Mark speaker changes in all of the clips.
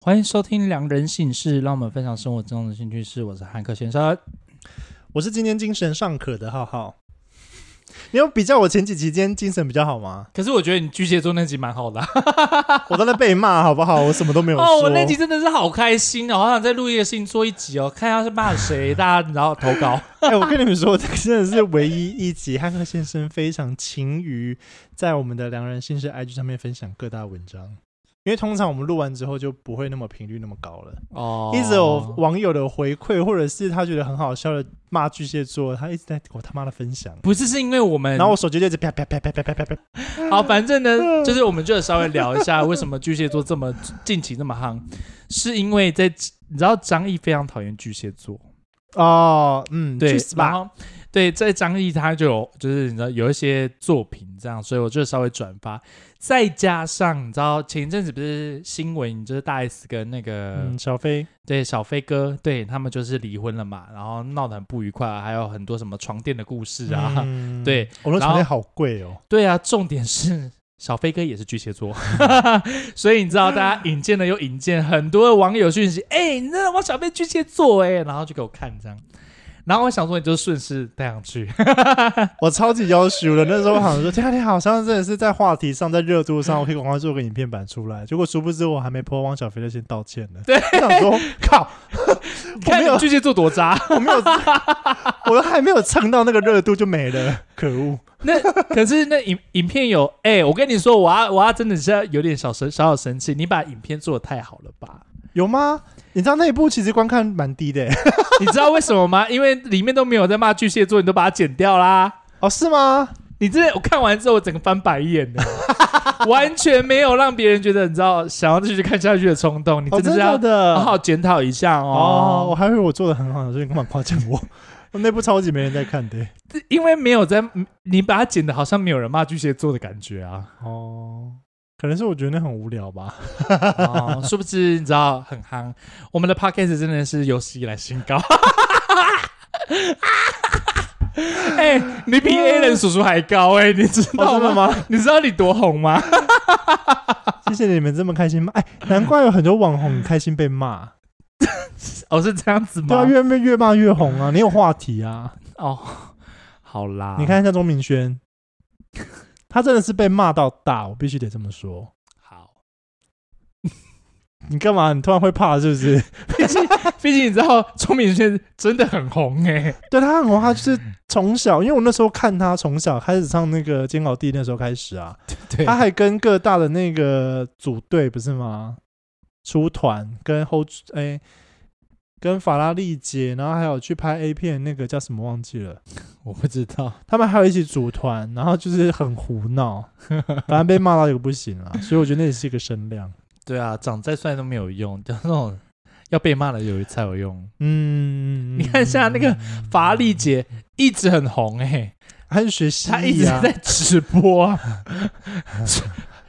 Speaker 1: 欢迎收听《良人姓氏》，让我们分享生活中的兴趣事。我是汉克先生，
Speaker 2: 我是今天精神尚可的浩浩。你有比较我前几期间精神比较好吗？
Speaker 1: 可是我觉得你巨蟹座那集蛮好的啊、
Speaker 2: 我都在被骂，好不好？我什么都没有说。
Speaker 1: 哦，我那集真的是好开心哦，好想在录夜信做一集哦，看一下是骂谁，大家然后投稿。
Speaker 2: 哎、我跟你们说，我这个真的是唯一一集汉克先生非常勤于在我们的良人姓氏 IG 上面分享各大文章，因为通常我们录完之后就不会那么频率那么高了。
Speaker 1: 哦，
Speaker 2: 一直有网友的回馈，或者是他觉得很好笑的骂巨蟹座，他一直在我他妈的分享，
Speaker 1: 不是是因为我们，
Speaker 2: 然后我手机就一直啪啪啪啪啪啪啪啪，
Speaker 1: 好，反正呢，就是我们就稍微聊一下为什么巨蟹座这么近期这么夯，是因为在你知道张译非常讨厌巨蟹座，
Speaker 2: 哦，嗯，
Speaker 1: 对
Speaker 2: 去死，
Speaker 1: 然
Speaker 2: 吧！
Speaker 1: 后对，在张译他就有就是你知道有一些作品这样，所以我就稍微转发，再加上你知道前一阵子不是新闻，就是大 S 跟那呃个、
Speaker 2: 嗯，小飞，
Speaker 1: 对小飞哥，对他们就是离婚了嘛，然后闹得很不愉快，还有很多什么床垫的故事啊，
Speaker 2: 嗯
Speaker 1: 对，
Speaker 2: 我的
Speaker 1: 然
Speaker 2: 床
Speaker 1: 后
Speaker 2: 垫好贵哦。
Speaker 1: 对啊，重点是小飞哥也是巨蟹座， 所以你知道大家引荐了又引荐，很多的网友讯息，哎、你知道王小飞巨蟹座哎、然后就给我看这样，然后我想说你就顺势带上去，
Speaker 2: 我超级要求的，那时候我想说，天啊，你好像真的是在话题上，在热 度上，我可以赶快做个影片版出来。结果殊不知，我还没播，汪小菲就先道歉了。对，我 想说，靠，
Speaker 1: 看
Speaker 2: 没有
Speaker 1: 你巨蟹座多渣。
Speaker 2: 我没有，我还没有蹭到那个热度就没了，可恶！
Speaker 1: 可是那影影片有哎、我跟你说，我要我要真的是有点小生小小生气，你把影片做的太好了吧？
Speaker 2: 有吗？你知道那一部其实观看蛮低的、欸，
Speaker 1: 你知道为什么吗？因为里面都没有在骂巨蟹座，你都把它剪掉啦。
Speaker 2: 哦，是吗？
Speaker 1: 你这我看完之后，我整个翻白眼 的，完全没有让别人觉得你知道想要继续看下去的冲动。你
Speaker 2: 哦，
Speaker 1: 真的
Speaker 2: 真
Speaker 1: 是
Speaker 2: 的
Speaker 1: 要
Speaker 2: 的
Speaker 1: 好好检讨一下
Speaker 2: 哦，我
Speaker 1: 哦，
Speaker 2: 还以为我做的很好，所以你干嘛夸奖我？ 我那部超级没人在看的、
Speaker 1: 因为没有在你把它剪的，好像没有人骂巨蟹座的感觉 啊。
Speaker 2: 哦，可能是我觉得那很无聊 吧。
Speaker 1: 哦，殊不知你知道很夯，我们的 podcast 真的是有史以来新 高。哎、你比 A 人叔叔还高哎、你知道
Speaker 2: 嗯哦真
Speaker 1: 吗？
Speaker 2: 的吗？
Speaker 1: 你知道你多红吗？
Speaker 2: 谢谢你们这么开心骂，哎，难怪有很多网红很开心被骂。
Speaker 1: 哦，是这样子吗？
Speaker 2: 对啊，越越越骂越红啊！你有话题啊！
Speaker 1: 哦，好啦，
Speaker 2: 你看一下钟明轩，他真的是被骂到大，我必须得这么说。
Speaker 1: 好。
Speaker 2: 你干嘛？你突然会怕是不是？
Speaker 1: 毕竟，毕竟你知道，钟明轩真的很红哎、
Speaker 2: 对他很红，他就是从小，因为我那时候看他从小开始唱那个《煎熬地》，那时候开始啊，
Speaker 1: 对
Speaker 2: 他还跟各大的那个组队不是吗？出团跟后哎、跟法拉利姐，然后还有去拍 A 片那个叫什么忘记了。
Speaker 1: 我不知道，
Speaker 2: 他们还有一起组团，然后就是很胡闹， 反正被骂到一个不行了，所以我觉得那也是一个声量。
Speaker 1: 对啊，长再帅都没有用，就那种要被骂的有才有用。
Speaker 2: 嗯，
Speaker 1: 你看像那个法拉利姐一直很红哎、
Speaker 2: 他是学西
Speaker 1: 她一直
Speaker 2: 医啊，
Speaker 1: 在直播、 啊，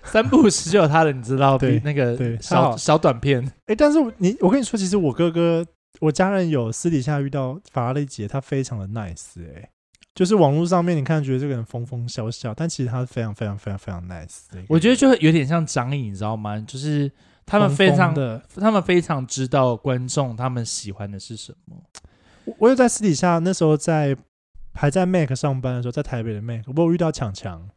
Speaker 1: 三不五时就有她的，你知道，
Speaker 2: 对
Speaker 1: 比那个
Speaker 2: 对她
Speaker 1: 小
Speaker 2: 好
Speaker 1: 小短片，
Speaker 2: 哎、但是我你我跟你说，其实我哥哥我家人有私底下遇到法拉利姐，她非常的 nice 哎、就是网络上面你看觉得这个人疯疯笑笑，但其实她非常非常非常非常 nice 的一个人。
Speaker 1: 我觉得就有点像张译，你知道吗？就是他们
Speaker 2: 疯
Speaker 1: 非
Speaker 2: 疯
Speaker 1: 常
Speaker 2: 的，
Speaker 1: 他们非常知道观众他们喜欢的是什么。
Speaker 2: 我我有在私底下那时候在还在 Mac 上班的时候，在台北的 Mac，我有遇到强强，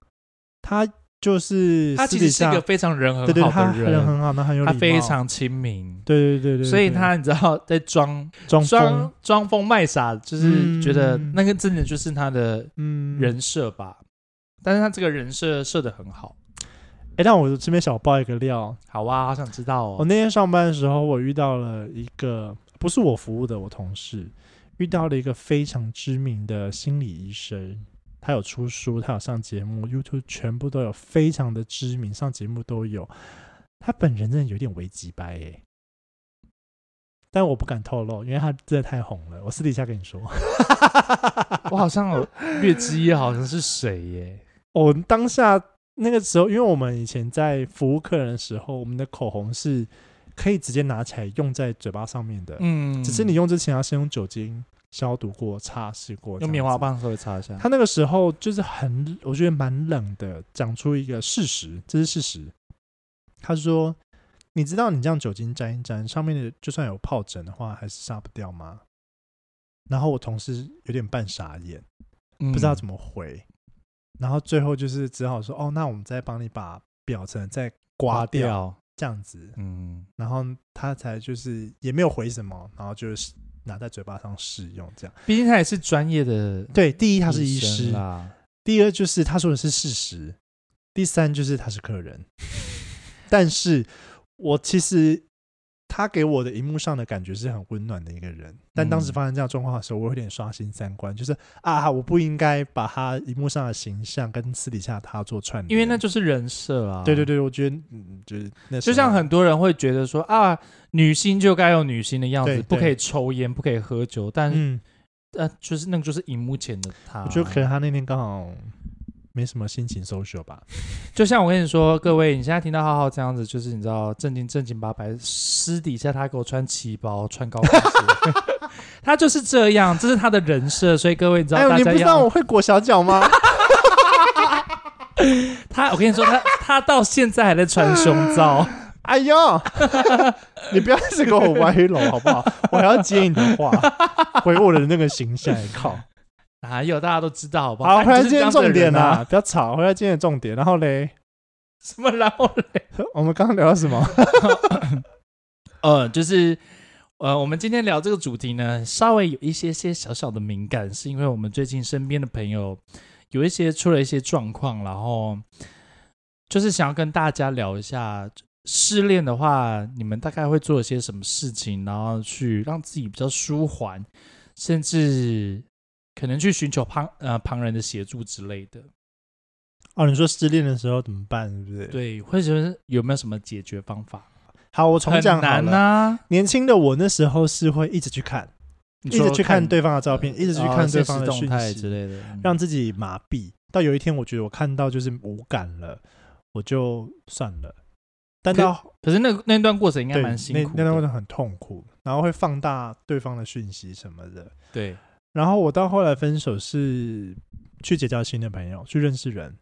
Speaker 2: 他就是
Speaker 1: 他
Speaker 2: 私
Speaker 1: 其
Speaker 2: 底
Speaker 1: 实是一
Speaker 2: 下
Speaker 1: 个非常人很好
Speaker 2: 对
Speaker 1: 的
Speaker 2: 对，他
Speaker 1: 人
Speaker 2: 很好，那很有礼
Speaker 1: 他
Speaker 2: 貌，
Speaker 1: 非常亲民，
Speaker 2: 对对对对，
Speaker 1: 所以
Speaker 2: 对
Speaker 1: 他你知道 在装
Speaker 2: 装疯
Speaker 1: 装装疯卖傻，就是
Speaker 2: 嗯
Speaker 1: 觉得那个真的就是他的
Speaker 2: 嗯
Speaker 1: 人设吧。但是他这个人设设的很好，
Speaker 2: 哎，让我这边小爆一个料，
Speaker 1: 好啊，好想知道
Speaker 2: 我
Speaker 1: 哦。
Speaker 2: 那天上班的时候，我遇到了一个不是我服务的我同事，遇到了一个非常知名的心理医生，他有出书，他有上节目，YouTube 全部都有，非常的知名，上节目都有。他本人真的有点危机掰诶、但我不敢透露，因为他真的太红了。我私底下跟你说，
Speaker 1: 我好像有略知一二，好像是谁 耶？
Speaker 2: 我当下那个时候，因为我们以前在服务客人的时候，我们的口红是可以直接拿起来用在嘴巴上面的，
Speaker 1: 嗯，
Speaker 2: 只是你用之前要先用酒精消毒过、擦拭过，
Speaker 1: 嗯用棉花。棒稍微擦一下。
Speaker 2: 他那个时候就是很，我觉得蛮冷的，讲出一个事实，这是事实。他说：“你知道你这样酒精沾一沾，上面的就算有疱疹的话，还是杀不掉吗？然后我同事有点半傻眼，
Speaker 1: 不
Speaker 2: 不知道
Speaker 1: 么
Speaker 2: 怎么回，然后最后就是只好说，哦，那我们再帮你把表层再刮掉，这样子，
Speaker 1: 嗯，
Speaker 2: 然后他才就是也没有回什么，然后就是拿在嘴巴上试用这样。
Speaker 1: 毕竟他也是专业的，
Speaker 2: 对，第一他是医师，
Speaker 1: 啦。
Speaker 2: 第二就是他说的是事实，第三就是他是客 人。但是我其实他给我的荧幕上的感觉是很温暖的一个人，但当
Speaker 1: 嗯
Speaker 2: 时发生这样状况的时候，我有点刷新三观，就是啊，我不应该把他荧幕上的形象跟私底下他做串联，
Speaker 1: 因为那就是人设啊。
Speaker 2: 嗯对对，对，我觉得嗯，就是那时
Speaker 1: 就
Speaker 2: 候
Speaker 1: 像很多人会觉得说啊，女星就该有女星的样子
Speaker 2: 对，
Speaker 1: 不
Speaker 2: 对
Speaker 1: 可以抽烟，不可以喝酒，但
Speaker 2: 嗯，
Speaker 1: 呃，就是那个就是荧幕前的她。啊
Speaker 2: 我觉得可能他那天刚好没什么心情 social 吧，
Speaker 1: 就像我跟你说，各位，你现在听到浩浩这样子，就是你知道正经正经八百，私底下他给我穿旗袍、穿高跟鞋， 他就是这样，这是他的人设。所以各位，你知道
Speaker 2: 哎呦，
Speaker 1: 大
Speaker 2: 你不
Speaker 1: 家
Speaker 2: 知
Speaker 1: 要、
Speaker 2: 道我会裹小脚 吗？
Speaker 1: 他，我跟你说，他 他到现在还在穿胸罩，
Speaker 2: 哎呦，你不要一直给我歪楼好不好？我还要接你的话， 回我的那个形象。靠，
Speaker 1: 哪有？大家都知道，好不好？
Speaker 2: 好，回
Speaker 1: 他
Speaker 2: 来
Speaker 1: 就是这
Speaker 2: 今天
Speaker 1: 样子的
Speaker 2: 重点
Speaker 1: 人啊！
Speaker 2: 啦，不要吵。回来今天的重点，然后嘞，
Speaker 1: 什么？然后嘞，
Speaker 2: 我们刚刚聊到什么？
Speaker 1: 呃，就是。呃，我们今天聊这个主题呢，稍微有一些些小小的敏感，是因为我们最近身边的朋友有一些出了一些状况，然后就是想要跟大家聊一下失恋的话，你们大概会做一些什么事情，然后去让自己比较舒缓，甚至可能去寻求旁呃旁人的协助之类的。
Speaker 2: 哦，你说失恋的时候怎么办？是不是？。
Speaker 1: 对，或者是有没有什么解决方法？
Speaker 2: 好，我重
Speaker 1: 很
Speaker 2: 讲好
Speaker 1: 难
Speaker 2: 了。
Speaker 1: 呐、
Speaker 2: 年轻的我那时候是会一直去看，
Speaker 1: 你
Speaker 2: 一直
Speaker 1: 说
Speaker 2: 去看哦对方的照片，一直去看对
Speaker 1: 啊现
Speaker 2: 方
Speaker 1: 实
Speaker 2: 的
Speaker 1: 动
Speaker 2: 讯
Speaker 1: 态之
Speaker 2: 息，
Speaker 1: 类的，嗯
Speaker 2: 让自己麻痹。到有一天，我觉得我看到就是无感了，我就算了。但
Speaker 1: 可
Speaker 2: 到
Speaker 1: 可是那个那段过程应该
Speaker 2: 对，
Speaker 1: 蛮辛苦的，
Speaker 2: 那那段会很痛苦，然后会放大对方的讯息什么的。
Speaker 1: 对，
Speaker 2: 然后我到后来分手是去结交新的朋友，去认识人，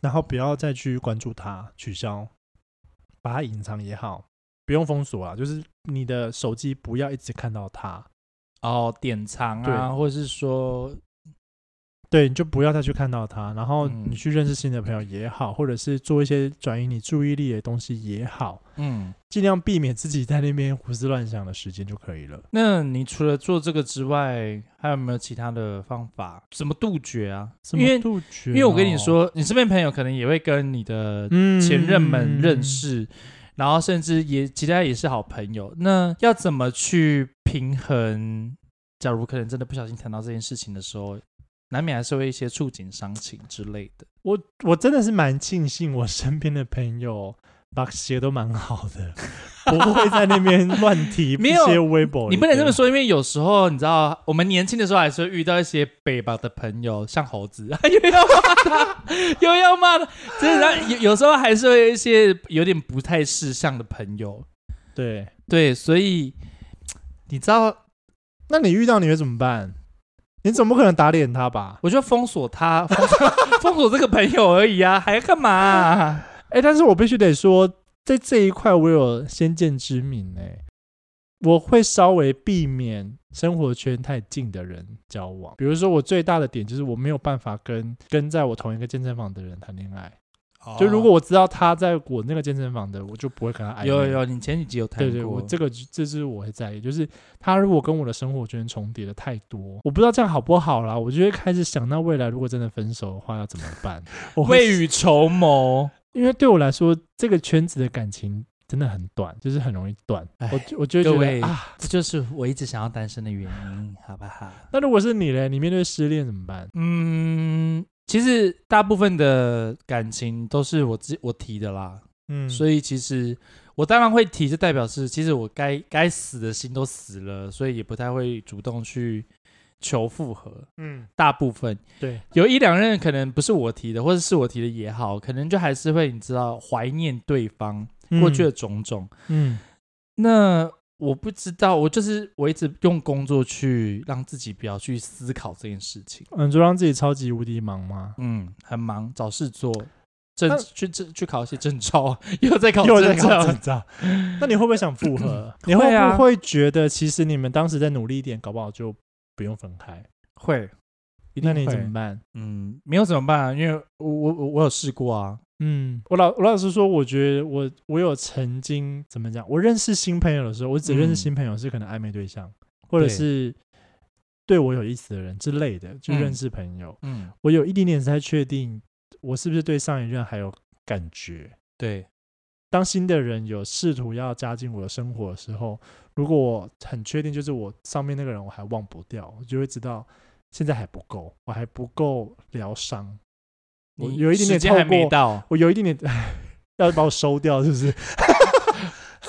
Speaker 2: 然后不要再去关注他，取消，把他隐藏也好，不用封锁啊，就是你的手机不要一直看到他，
Speaker 1: 哦，典藏啊，
Speaker 2: 对
Speaker 1: 或者是说，
Speaker 2: 对，你就不要再去看到他，然后
Speaker 1: 嗯
Speaker 2: 你去认识新的朋友也好，或者是做一些转移你注意力的东西也好，
Speaker 1: 嗯，
Speaker 2: 尽量避免自己在那边胡思乱想的时间就可以了。
Speaker 1: 那你除了做这个之外，还有没有其他的方法？怎么杜绝啊？
Speaker 2: 怎么
Speaker 1: 因为
Speaker 2: 杜绝
Speaker 1: 因为我跟你
Speaker 2: 哦
Speaker 1: 说，你身边朋友可能也会跟你的
Speaker 2: 嗯
Speaker 1: 前任们认，识，然后甚至也其他也是好朋友。那要怎么去平衡？假如可能真的不小心谈到这件事情的时候，难免还是会一些触景伤情之类的。
Speaker 2: 我我真的是蛮庆幸我身边的朋友把鞋都蛮好的，不会在那边乱提
Speaker 1: 没
Speaker 2: 一
Speaker 1: 有
Speaker 2: 些微博。
Speaker 1: 你不能这么，说，因为有时候你知道，我们年轻的时候还是会遇到一些北吧的朋友，像猴子， 又要骂他，又要骂他，真的有有时候还是会有一些有点不太识相的朋友。
Speaker 2: 对。
Speaker 1: 对，所以你知道，
Speaker 2: 那你遇到你会怎么办？你总不可能打脸他吧？
Speaker 1: 我就封锁他，封锁 封锁这个朋友而已啊，还要干嘛啊、
Speaker 2: 哎、但是我必须得说，在这一块我有先见之明哎、我会稍微避免生活圈太近的人交往。比如说，我最大的点就是我没有办法跟跟在我同一个健身房的人谈恋爱。
Speaker 1: 哦
Speaker 2: 就如果我知道他在我那个健身房的，我就不会跟他暧昧。
Speaker 1: 有有，你前几集有谈
Speaker 2: 对
Speaker 1: 过，
Speaker 2: 哎对，我这个这是我会在意，就是他如果跟我的生活圈重叠的太多，我不知道这样好不好啦，我就会开始想，那未来如果真的分手的话要怎么办？我会
Speaker 1: 未雨绸缪，
Speaker 2: 因为对我来说，这个圈子的感情真的很短，就是很容易断
Speaker 1: 哎。
Speaker 2: 我就我就会
Speaker 1: 各
Speaker 2: 觉
Speaker 1: 位
Speaker 2: 得啊，
Speaker 1: 这就是我一直想要单身的原因，好不好？
Speaker 2: 那如果是你嘞，你面对失恋怎么办？
Speaker 1: 嗯，其实大部分的感情都是我自我提的啦，
Speaker 2: 嗯
Speaker 1: 所以其实我当然会提，就代表是其实我该该死的心都死了，所以也不太会主动去求复合。
Speaker 2: 嗯，
Speaker 1: 大部分
Speaker 2: 对，
Speaker 1: 有一两任可能不是我提的，或者是我提的也好，可能就还是会你知道怀念对方过去的种种。
Speaker 2: 嗯
Speaker 1: 那我不知道，我就是我一直用工作去让自己不要去思考这件事情。
Speaker 2: 嗯，就让自己超级无敌忙吗？
Speaker 1: 嗯，很忙，找事做，证
Speaker 2: 那
Speaker 1: 去证去考一些证照 啊，又在考
Speaker 2: 又在
Speaker 1: 证
Speaker 2: 考
Speaker 1: 照
Speaker 2: 证， 照，那你会不会想复合？你
Speaker 1: 会
Speaker 2: 会
Speaker 1: 啊
Speaker 2: 不会觉得其实你们当时再努力一点，搞不好就不用分开？
Speaker 1: 会，一
Speaker 2: 那
Speaker 1: 定
Speaker 2: 你
Speaker 1: 会
Speaker 2: 怎么办？
Speaker 1: 嗯，没有怎么办啊？因为我我我我有试过啊，
Speaker 2: 嗯，我老我老实说，我觉得我我有曾经怎么讲？我认识新朋友的时候，我只认识
Speaker 1: 嗯
Speaker 2: 新朋友是可能暧昧对象，或者
Speaker 1: 对
Speaker 2: 是对我有意思的人之类的，就认
Speaker 1: 嗯
Speaker 2: 识朋友。
Speaker 1: 嗯，
Speaker 2: 我有一点点在确定，我是不是对上一任还有感觉。
Speaker 1: 对，
Speaker 2: 当新的人有试图要加进我的生活的时候，如果我很确定就是我上面那个人我还忘不掉，我就会知道现在还不够，我还不够疗伤，我
Speaker 1: 你
Speaker 2: 有一点点
Speaker 1: 时间还
Speaker 2: 透过
Speaker 1: 没到
Speaker 2: 我有一点点要把我收掉，是不是？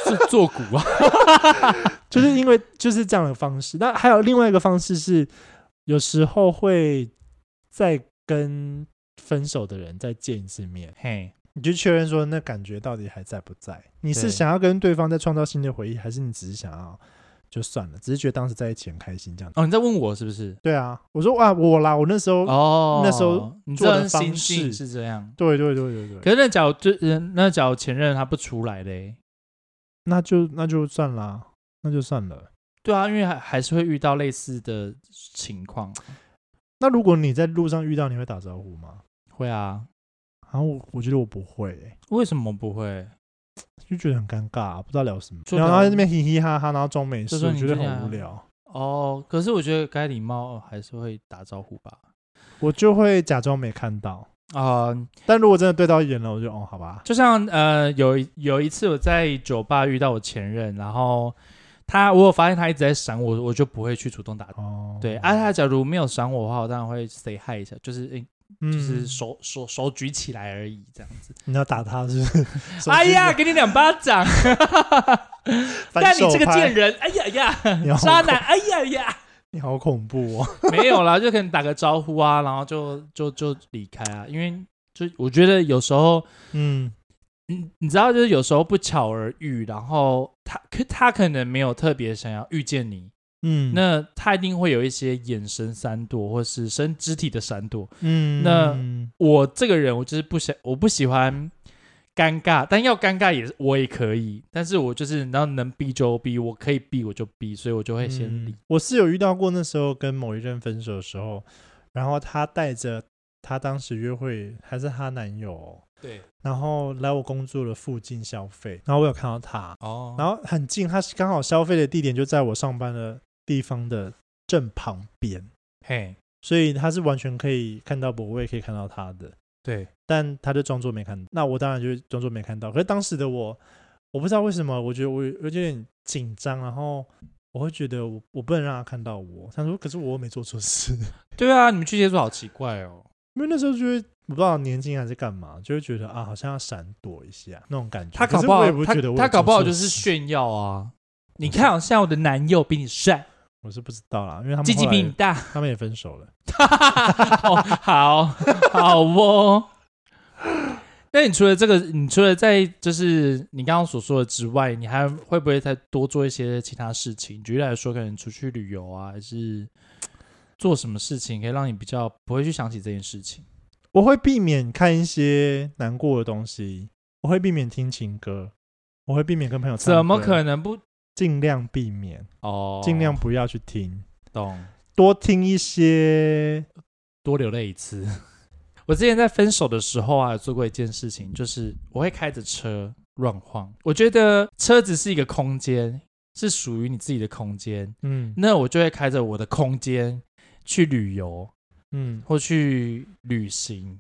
Speaker 1: 是做股啊，
Speaker 2: 就是因为就是这样的方式。那还有另外一个方式是，有时候会再跟分手的人再见一次面，
Speaker 1: 嘿，
Speaker 2: 你就确认说那感觉到底还在不在？你是
Speaker 1: 对
Speaker 2: 想要跟对方再创造新的回忆，还是你只是想要就算了，只是觉得当时在一起很开心这样？
Speaker 1: 哦，你在问我是不是？
Speaker 2: 对啊，我说哇，我啦，我那时候，
Speaker 1: 哦，
Speaker 2: 那时候
Speaker 1: 你这
Speaker 2: 做的
Speaker 1: 人
Speaker 2: 方
Speaker 1: 心境
Speaker 2: 式
Speaker 1: 是这样，
Speaker 2: 对对对对对，
Speaker 1: 可是那假如就呃那假如前任他不出来嘞，
Speaker 2: 那就那就算啦，那就算了。
Speaker 1: 对啊，因为还还是会遇到类似的情况，
Speaker 2: 那如果你在路上遇到，你会打招呼吗？
Speaker 1: 会啊，
Speaker 2: 然后我我觉得我不会、欸
Speaker 1: 为什么不会？
Speaker 2: 就觉得很尴尬、啊不知道聊什么，
Speaker 1: 就
Speaker 2: 然后
Speaker 1: 聊
Speaker 2: 他在那边嘻嘻哈哈，然后装没
Speaker 1: 就
Speaker 2: 事，
Speaker 1: 说
Speaker 2: 我
Speaker 1: 你
Speaker 2: 觉得
Speaker 1: 这
Speaker 2: 很
Speaker 1: 样
Speaker 2: 无聊。
Speaker 1: 哦，可是我觉得该礼貌还是会打招呼吧。
Speaker 2: 我就会假装没看到，
Speaker 1: 啊、
Speaker 2: 但如果真的对到眼了，我就哦，好吧，
Speaker 1: 就像呃，有一有一次我在酒吧遇到我前任，然后他我有发现他一直在闪我，我就不会去主动打。
Speaker 2: 哦，
Speaker 1: 对，啊，他假如没有闪我的话，我当然会 say hi 一下，就是、诶
Speaker 2: 嗯
Speaker 1: 就是手、手手举起来而已，这样子。
Speaker 2: 你要打他 是不是？手
Speaker 1: 哎
Speaker 2: 机
Speaker 1: 呀，
Speaker 2: 的，
Speaker 1: 给你两巴掌！
Speaker 2: 反
Speaker 1: 但你
Speaker 2: 手
Speaker 1: 这个
Speaker 2: 拍
Speaker 1: 贱，人，哎呀呀，
Speaker 2: 你好
Speaker 1: 渣
Speaker 2: 恐
Speaker 1: 男，哎呀 呀，
Speaker 2: 你好恐 怖哦！
Speaker 1: 没有啦，就可能打个招呼啊，然后就就就离开啊，因为就我觉得有时候
Speaker 2: 嗯，
Speaker 1: 你你知道，就是有时候不巧而遇，然后他可他可能没有特别想要遇见你，
Speaker 2: 嗯，
Speaker 1: 那他一定会有一些眼神闪躲，或是身肢体的闪躲。
Speaker 2: 嗯
Speaker 1: 那我这个人，我就是不想，我不喜欢尴尬，但要尴尬也是我也可以，但是我就是然后能避就避，我可以避我就避，所以我就会先
Speaker 2: 嗯
Speaker 1: 离。
Speaker 2: 我是有遇到过，那时候跟某一任分手的时候，然后她带着她当时约会还是她男友哦、
Speaker 1: 对，
Speaker 2: 然后来我工作的附近消费，然后我有看到她，
Speaker 1: 哦
Speaker 2: 然后很近，他是刚好消费的地点就在我上班的地方的正旁边，
Speaker 1: 嘿，
Speaker 2: 所以他是完全可以看到我，我也可以看到他的，
Speaker 1: 对，
Speaker 2: 但他就装作没看到。那我当然就装作没看到。可是当时的我，我不知道为什么，我觉得我有我有点紧张，然后我会觉得我我不能让他看到我。他说，可是我又没做错事，
Speaker 1: 对啊，你们巨蟹座好奇怪哦。
Speaker 2: 因为那时候就会。我不知道年轻还是干嘛，就会觉得啊，好像要闪躲一下那种感觉。
Speaker 1: 他
Speaker 2: 可
Speaker 1: 搞
Speaker 2: 是
Speaker 1: 不
Speaker 2: 我
Speaker 1: 好
Speaker 2: 也不
Speaker 1: 他
Speaker 2: 觉得我有
Speaker 1: 他搞
Speaker 2: 做
Speaker 1: 不好
Speaker 2: 错
Speaker 1: 就是
Speaker 2: 事，
Speaker 1: 炫耀 啊！你看，好像我的男友比你帅，
Speaker 2: 我是不知道啦，因为他们
Speaker 1: 鸡鸡
Speaker 2: 后
Speaker 1: 比
Speaker 2: 来
Speaker 1: 你大，
Speaker 2: 他们也分手了。
Speaker 1: 哦 好好哦。那你除了这个，你除了在就是你刚刚所说的之外，你还会不会再多做一些其他事情？举例来说，可能出去旅游啊，还是做什么事情可以让你比较不会去想起这件事情？
Speaker 2: 我会避免看一些难过的东西，我会避免听情歌，我会避免跟朋友唱歌
Speaker 1: 怎么可能不？
Speaker 2: 尽量避免，
Speaker 1: 哦，
Speaker 2: 尽量不要去听，
Speaker 1: 懂。
Speaker 2: 多听一些。
Speaker 1: 多流泪一次。我之前在分手的时候啊，有做过一件事情，就是我会开着车乱晃。我觉得车子是一个空间，是属于你自己的空间，
Speaker 2: 嗯
Speaker 1: 那我就会开着我的空间去旅游
Speaker 2: 嗯
Speaker 1: 或去旅行。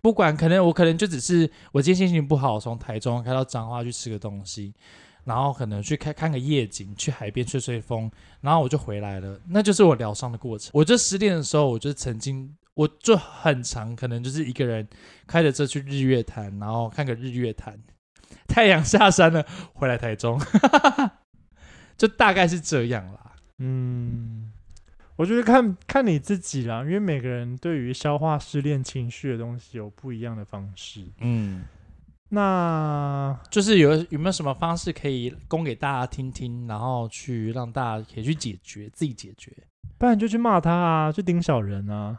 Speaker 1: 不管可能我可能就只是我今天心情不好，从台中开到彰化去吃个东西，然后可能去看看个夜景，去海边吹吹风，然后我就回来了。那就是我疗伤的过程。我就失恋的时候，我就曾经我就很长，可能就是一个人开着车去日月潭，然后看个日月潭，太阳下山了，回来台中， 就大概是这样啦。
Speaker 2: 嗯，我觉得看看你自己啦，因为每个人对于消化失恋情绪的东西有不一样的方式。
Speaker 1: 嗯，
Speaker 2: 那
Speaker 1: 就是有有没有什么方式可以供给大家听听，然后去让大家可以去解决自己解决？
Speaker 2: 不然你就去骂他啊，去盯小人啊。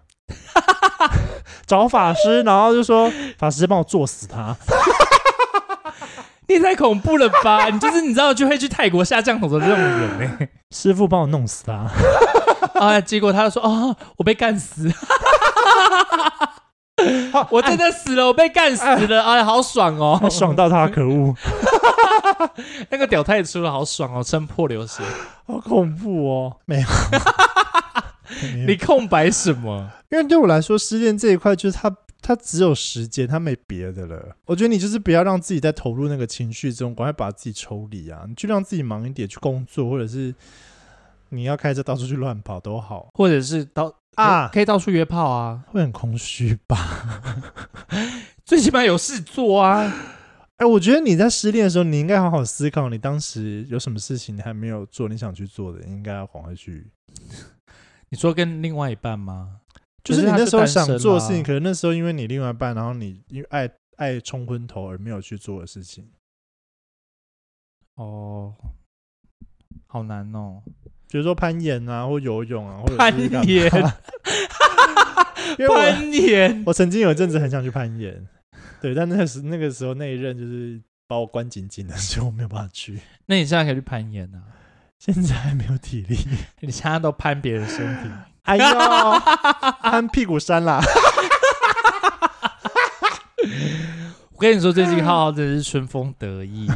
Speaker 2: 找法师，然后就说法师帮我作死他。
Speaker 1: 你也太恐怖了吧！ 你就是你知道就会去泰国下降头的这种人呢、
Speaker 2: 师傅帮我弄死他，
Speaker 1: 啊，结果他就说哦，我被干死，
Speaker 2: 好
Speaker 1: 我真的死了，我被干死了，哎，好爽哦！
Speaker 2: 爽到他，可恶，
Speaker 1: 那个屌太粗了，好爽哦，撑破流血。
Speaker 2: 好恐怖哦！没 有，没有
Speaker 1: 你空白什么？
Speaker 2: 因为对我来说，失恋这一块就是它，它只有时间，它没别的了。我觉得你就是不要让自己再投入那个情绪中，赶快把自己抽离啊！你就让自己忙一点，去工作，或者是你要开车到处去乱跑都好，
Speaker 1: 或者是到
Speaker 2: 啊
Speaker 1: 可以到处约炮啊，
Speaker 2: 会很空虚吧？
Speaker 1: 最起码有事做啊。
Speaker 2: 哎，我觉得你在失恋的时候，你应该好好思考，你当时有什么事情你还没有做，你想去做的，你应该要赶快去。
Speaker 1: 你说跟另外一半吗？
Speaker 2: 就是你那时候想做的事情，
Speaker 1: 可
Speaker 2: 可能那时候因为你另外一半，然后你因为爱爱冲昏头而没有去做的事情，
Speaker 1: 哦，好难哦，
Speaker 2: 比如说攀岩啊，或游泳啊，或者
Speaker 1: 攀
Speaker 2: 是干嘛
Speaker 1: 岩，
Speaker 2: 因为我
Speaker 1: 攀岩。
Speaker 2: 我曾经有一阵子很想去攀岩，对，但那个时那个时候那一任就是把我关紧紧的， 所以我没有办法去。
Speaker 1: 那你现在可以去攀岩啊，
Speaker 2: 现在还没有体 力，
Speaker 1: 你现在都攀别人身体。
Speaker 2: 哎呦， 攀屁股山啦！
Speaker 1: 我跟你说，最近浩浩真的是春风得意，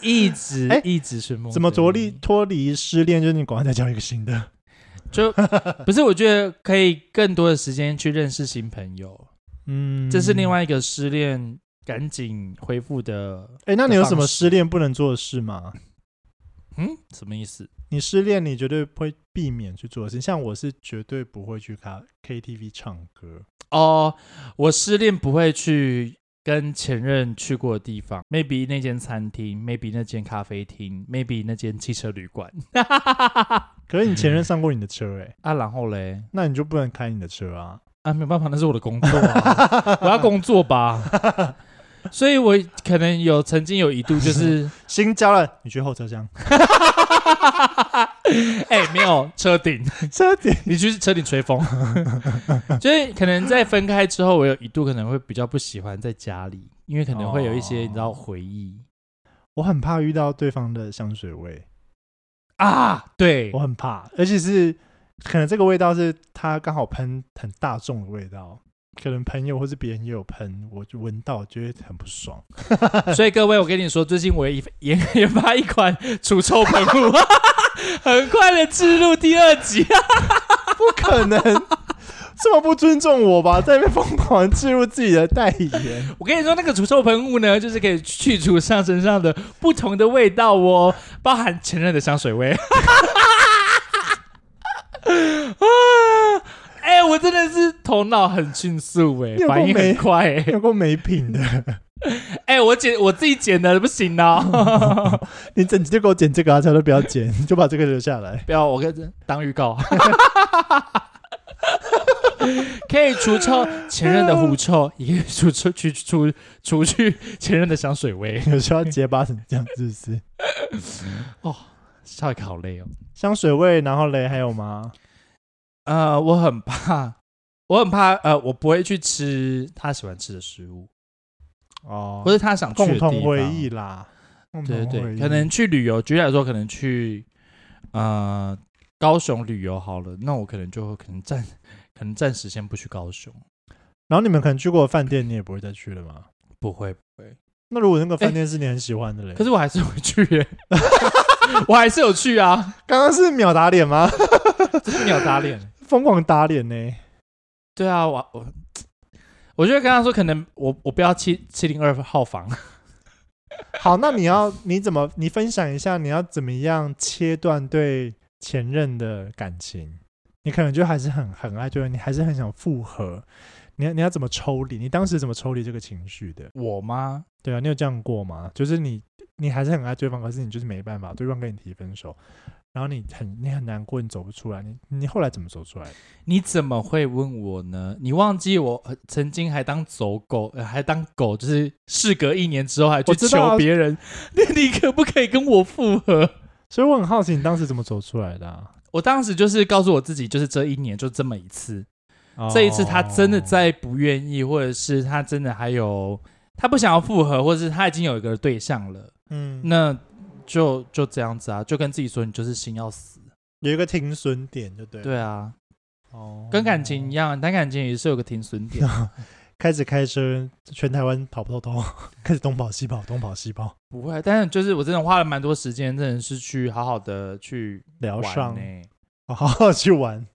Speaker 1: 一直、
Speaker 2: 哎
Speaker 1: 一直春风得意。
Speaker 2: 怎么着力脱离失恋？就是你赶快再交一个新的。
Speaker 1: 就不是？我觉得可以更多的时间去认识新朋友，
Speaker 2: 嗯，
Speaker 1: 这是另。外一个失恋赶紧恢复的。
Speaker 2: 哎，那你有什
Speaker 1: 的
Speaker 2: 么
Speaker 1: 方式
Speaker 2: 失恋不能做的事吗？
Speaker 1: 嗯，什么意思？
Speaker 2: 你失恋，你绝对不会避免去做的事。像我是绝对不会去卡 KTV 唱歌。
Speaker 1: 哦，我失恋不会去跟前任去过的地方，maybe 那间餐厅，maybe 那间咖啡厅，maybe 那间汽车旅馆。
Speaker 2: 可是你前任上过你的车、哎，
Speaker 1: 啊，然后嘞，
Speaker 2: 那你就不能开你的车啊。
Speaker 1: 啊，没有办法，那是我的工作啊，我要工作吧。 所以我可能有曾经有一度就是，
Speaker 2: 新交了，你去后车厢，
Speaker 1: 哎、没有 车顶，
Speaker 2: 这点
Speaker 1: 你去车顶吹风。就是可能在分开之后，我有一度可能会比较不喜欢在家里，因为可能会有一些、
Speaker 2: 哦
Speaker 1: 你知道回忆
Speaker 2: 我很怕遇到对方的香水味，
Speaker 1: 啊，对
Speaker 2: 我，很怕，而且是可能这个味道是他刚好喷很大众的味道，可能朋友或是别人也有喷，我就闻到觉得很不爽。
Speaker 1: 所以各位，我跟你说，最近我也研研发一款 除臭喷雾，很快的置入第二集。啊
Speaker 2: 不可能这么不尊重我吧？在那边疯狂地置入自己的代 言，
Speaker 1: 我跟你说，那个除臭喷雾呢，就是可以去除上身上的不同的味道哦，包含前任的香水味。 啊！哎、我真的是头脑很迅速哎、
Speaker 2: 你有够
Speaker 1: 反应
Speaker 2: 没
Speaker 1: 很快哎、
Speaker 2: 有够没品的，
Speaker 1: 哎、我剪我自己剪的不行哦，
Speaker 2: 你整集就给我剪这个啊，他都不要剪，你就把这个留下来。
Speaker 1: 不要我跟当预告， 可以除臭前任的狐臭，也可以除臭去除除去前任的香水味。
Speaker 2: 有时候要结巴成这样，是不是？
Speaker 1: 笑一个好累哦。
Speaker 2: 香水味，然后嘞，还有吗？
Speaker 1: 呃，我很怕，我很怕，呃，我不会去吃他喜欢吃的食物，
Speaker 2: 哦
Speaker 1: 或，者他想去
Speaker 2: 共
Speaker 1: 的地
Speaker 2: 同回
Speaker 1: 方
Speaker 2: 忆。啦，共
Speaker 1: 对
Speaker 2: 同
Speaker 1: 对
Speaker 2: 回
Speaker 1: 对，
Speaker 2: 忆
Speaker 1: 可能去旅游，举例来说，可能去呃高雄旅游好了，那我可能就会可能暂可能暂时先不去高雄，
Speaker 2: 然后你们可能去过的饭店，你也不会再去了吗？
Speaker 1: 不会不会，
Speaker 2: 那如果那个饭店是你很喜欢的嘞？
Speaker 1: 可是我还是会去耶 我还是有去啊，
Speaker 2: 刚刚是秒打脸吗？
Speaker 1: 这是秒打脸。
Speaker 2: 疯狂打脸呢、
Speaker 1: 对啊，我我我就会跟他说，可能我我不要七七零二号房，
Speaker 2: 好，那你要你怎么你分享一下你要怎么样切断对前任的感情？你可能就还是很很爱对方，你还是很想复合，你要你要怎么抽离？你当时怎么抽离这个情绪的？
Speaker 1: 我吗？
Speaker 2: 对啊，你有这样过吗？就是你你还是很爱对方，可是你就是没办法，对方跟你提分手，然后你很你很难过，你走不出来，你你后来怎么走出来？
Speaker 1: 你怎么会问我呢？你忘记我呃曾经还当走狗，呃、还当狗，就是事隔一年之后还去
Speaker 2: 我知道啊
Speaker 1: 求别人，那 你可不可以跟我复合？
Speaker 2: 所以我很好奇你当时怎么走出来的、啊。
Speaker 1: 我当时就是告诉我自己，就是这一年就这么一次，这一
Speaker 2: 哦
Speaker 1: 次他真的再不愿意，或者是他真的还有他不想要复合，或者是他已经有一个对象了，
Speaker 2: 嗯，
Speaker 1: 那就就这样子啊，就跟自己说你就是心要死。
Speaker 2: 有一个停损点，就对了。
Speaker 1: 对啊，
Speaker 2: 哦，
Speaker 1: 跟感情一样，啊谈感情也是有个停损 点。
Speaker 2: 开始开车，全台湾跑不透透， 开始东跑西跑，东跑西跑，
Speaker 1: 不会，啊但是就是我真的花了蛮多时间，真的是去好好的去
Speaker 2: 疗
Speaker 1: 玩欸
Speaker 2: 伤
Speaker 1: 呢、，
Speaker 2: 哦好好去玩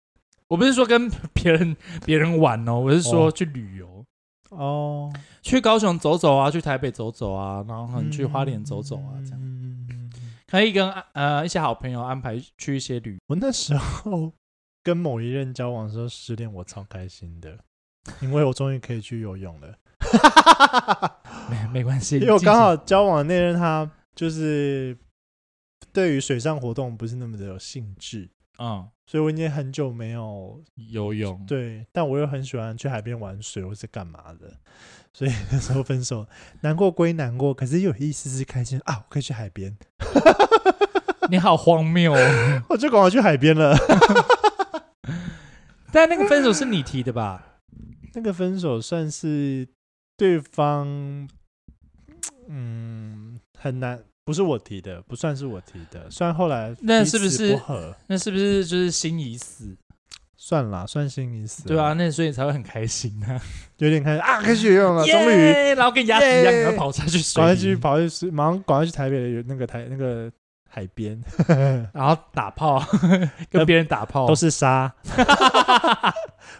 Speaker 1: 我不是说跟 别人别人玩哦，我是说
Speaker 2: 哦
Speaker 1: 去旅游，
Speaker 2: 哦，
Speaker 1: 去高雄走走啊，去台北走走啊，然后可能去花莲走走
Speaker 2: 嗯
Speaker 1: 啊，这样
Speaker 2: 样。
Speaker 1: 可以跟呃一些好朋友安排去一些旅。
Speaker 2: 我那时候跟某一任交往的时候失恋，我超开心的，因为我终于可以去游 泳了。
Speaker 1: 没没关系，
Speaker 2: 因为我
Speaker 1: 尽情
Speaker 2: 刚好交往的那任他就是对于水上活动不是那么的有兴致，
Speaker 1: 嗯
Speaker 2: 所以我已经很久没有
Speaker 1: 游泳，
Speaker 2: 对，但我又很喜欢去海边玩水或是干嘛的，所以 那时候分手，难过归难过，可是又有一丝丝开心啊，我可以去海边，
Speaker 1: 你好荒谬哦！
Speaker 2: 我就赶快去海边了。
Speaker 1: 但那个分手是你提的吧？
Speaker 2: 那个分手算是对方，嗯，很难，不是我提的，不算是我提的。虽然后来
Speaker 1: 那
Speaker 2: 彼
Speaker 1: 是不
Speaker 2: 此
Speaker 1: 是
Speaker 2: 不合？
Speaker 1: 那是不是就是心已死？
Speaker 2: 算啦，算心已死。
Speaker 1: 对啊，，那所以才会很开心啊！
Speaker 2: 有点开心啊，可以去游泳了，终于
Speaker 1: 耶然后跟鸭子一样，
Speaker 2: 耶
Speaker 1: 然后跑下去水
Speaker 2: 赶快
Speaker 1: 里，
Speaker 2: 去跑去水，马上赶快去台北的那个台那个海边，
Speaker 1: 然后打 炮，跟别人打炮，
Speaker 2: 都是沙，哦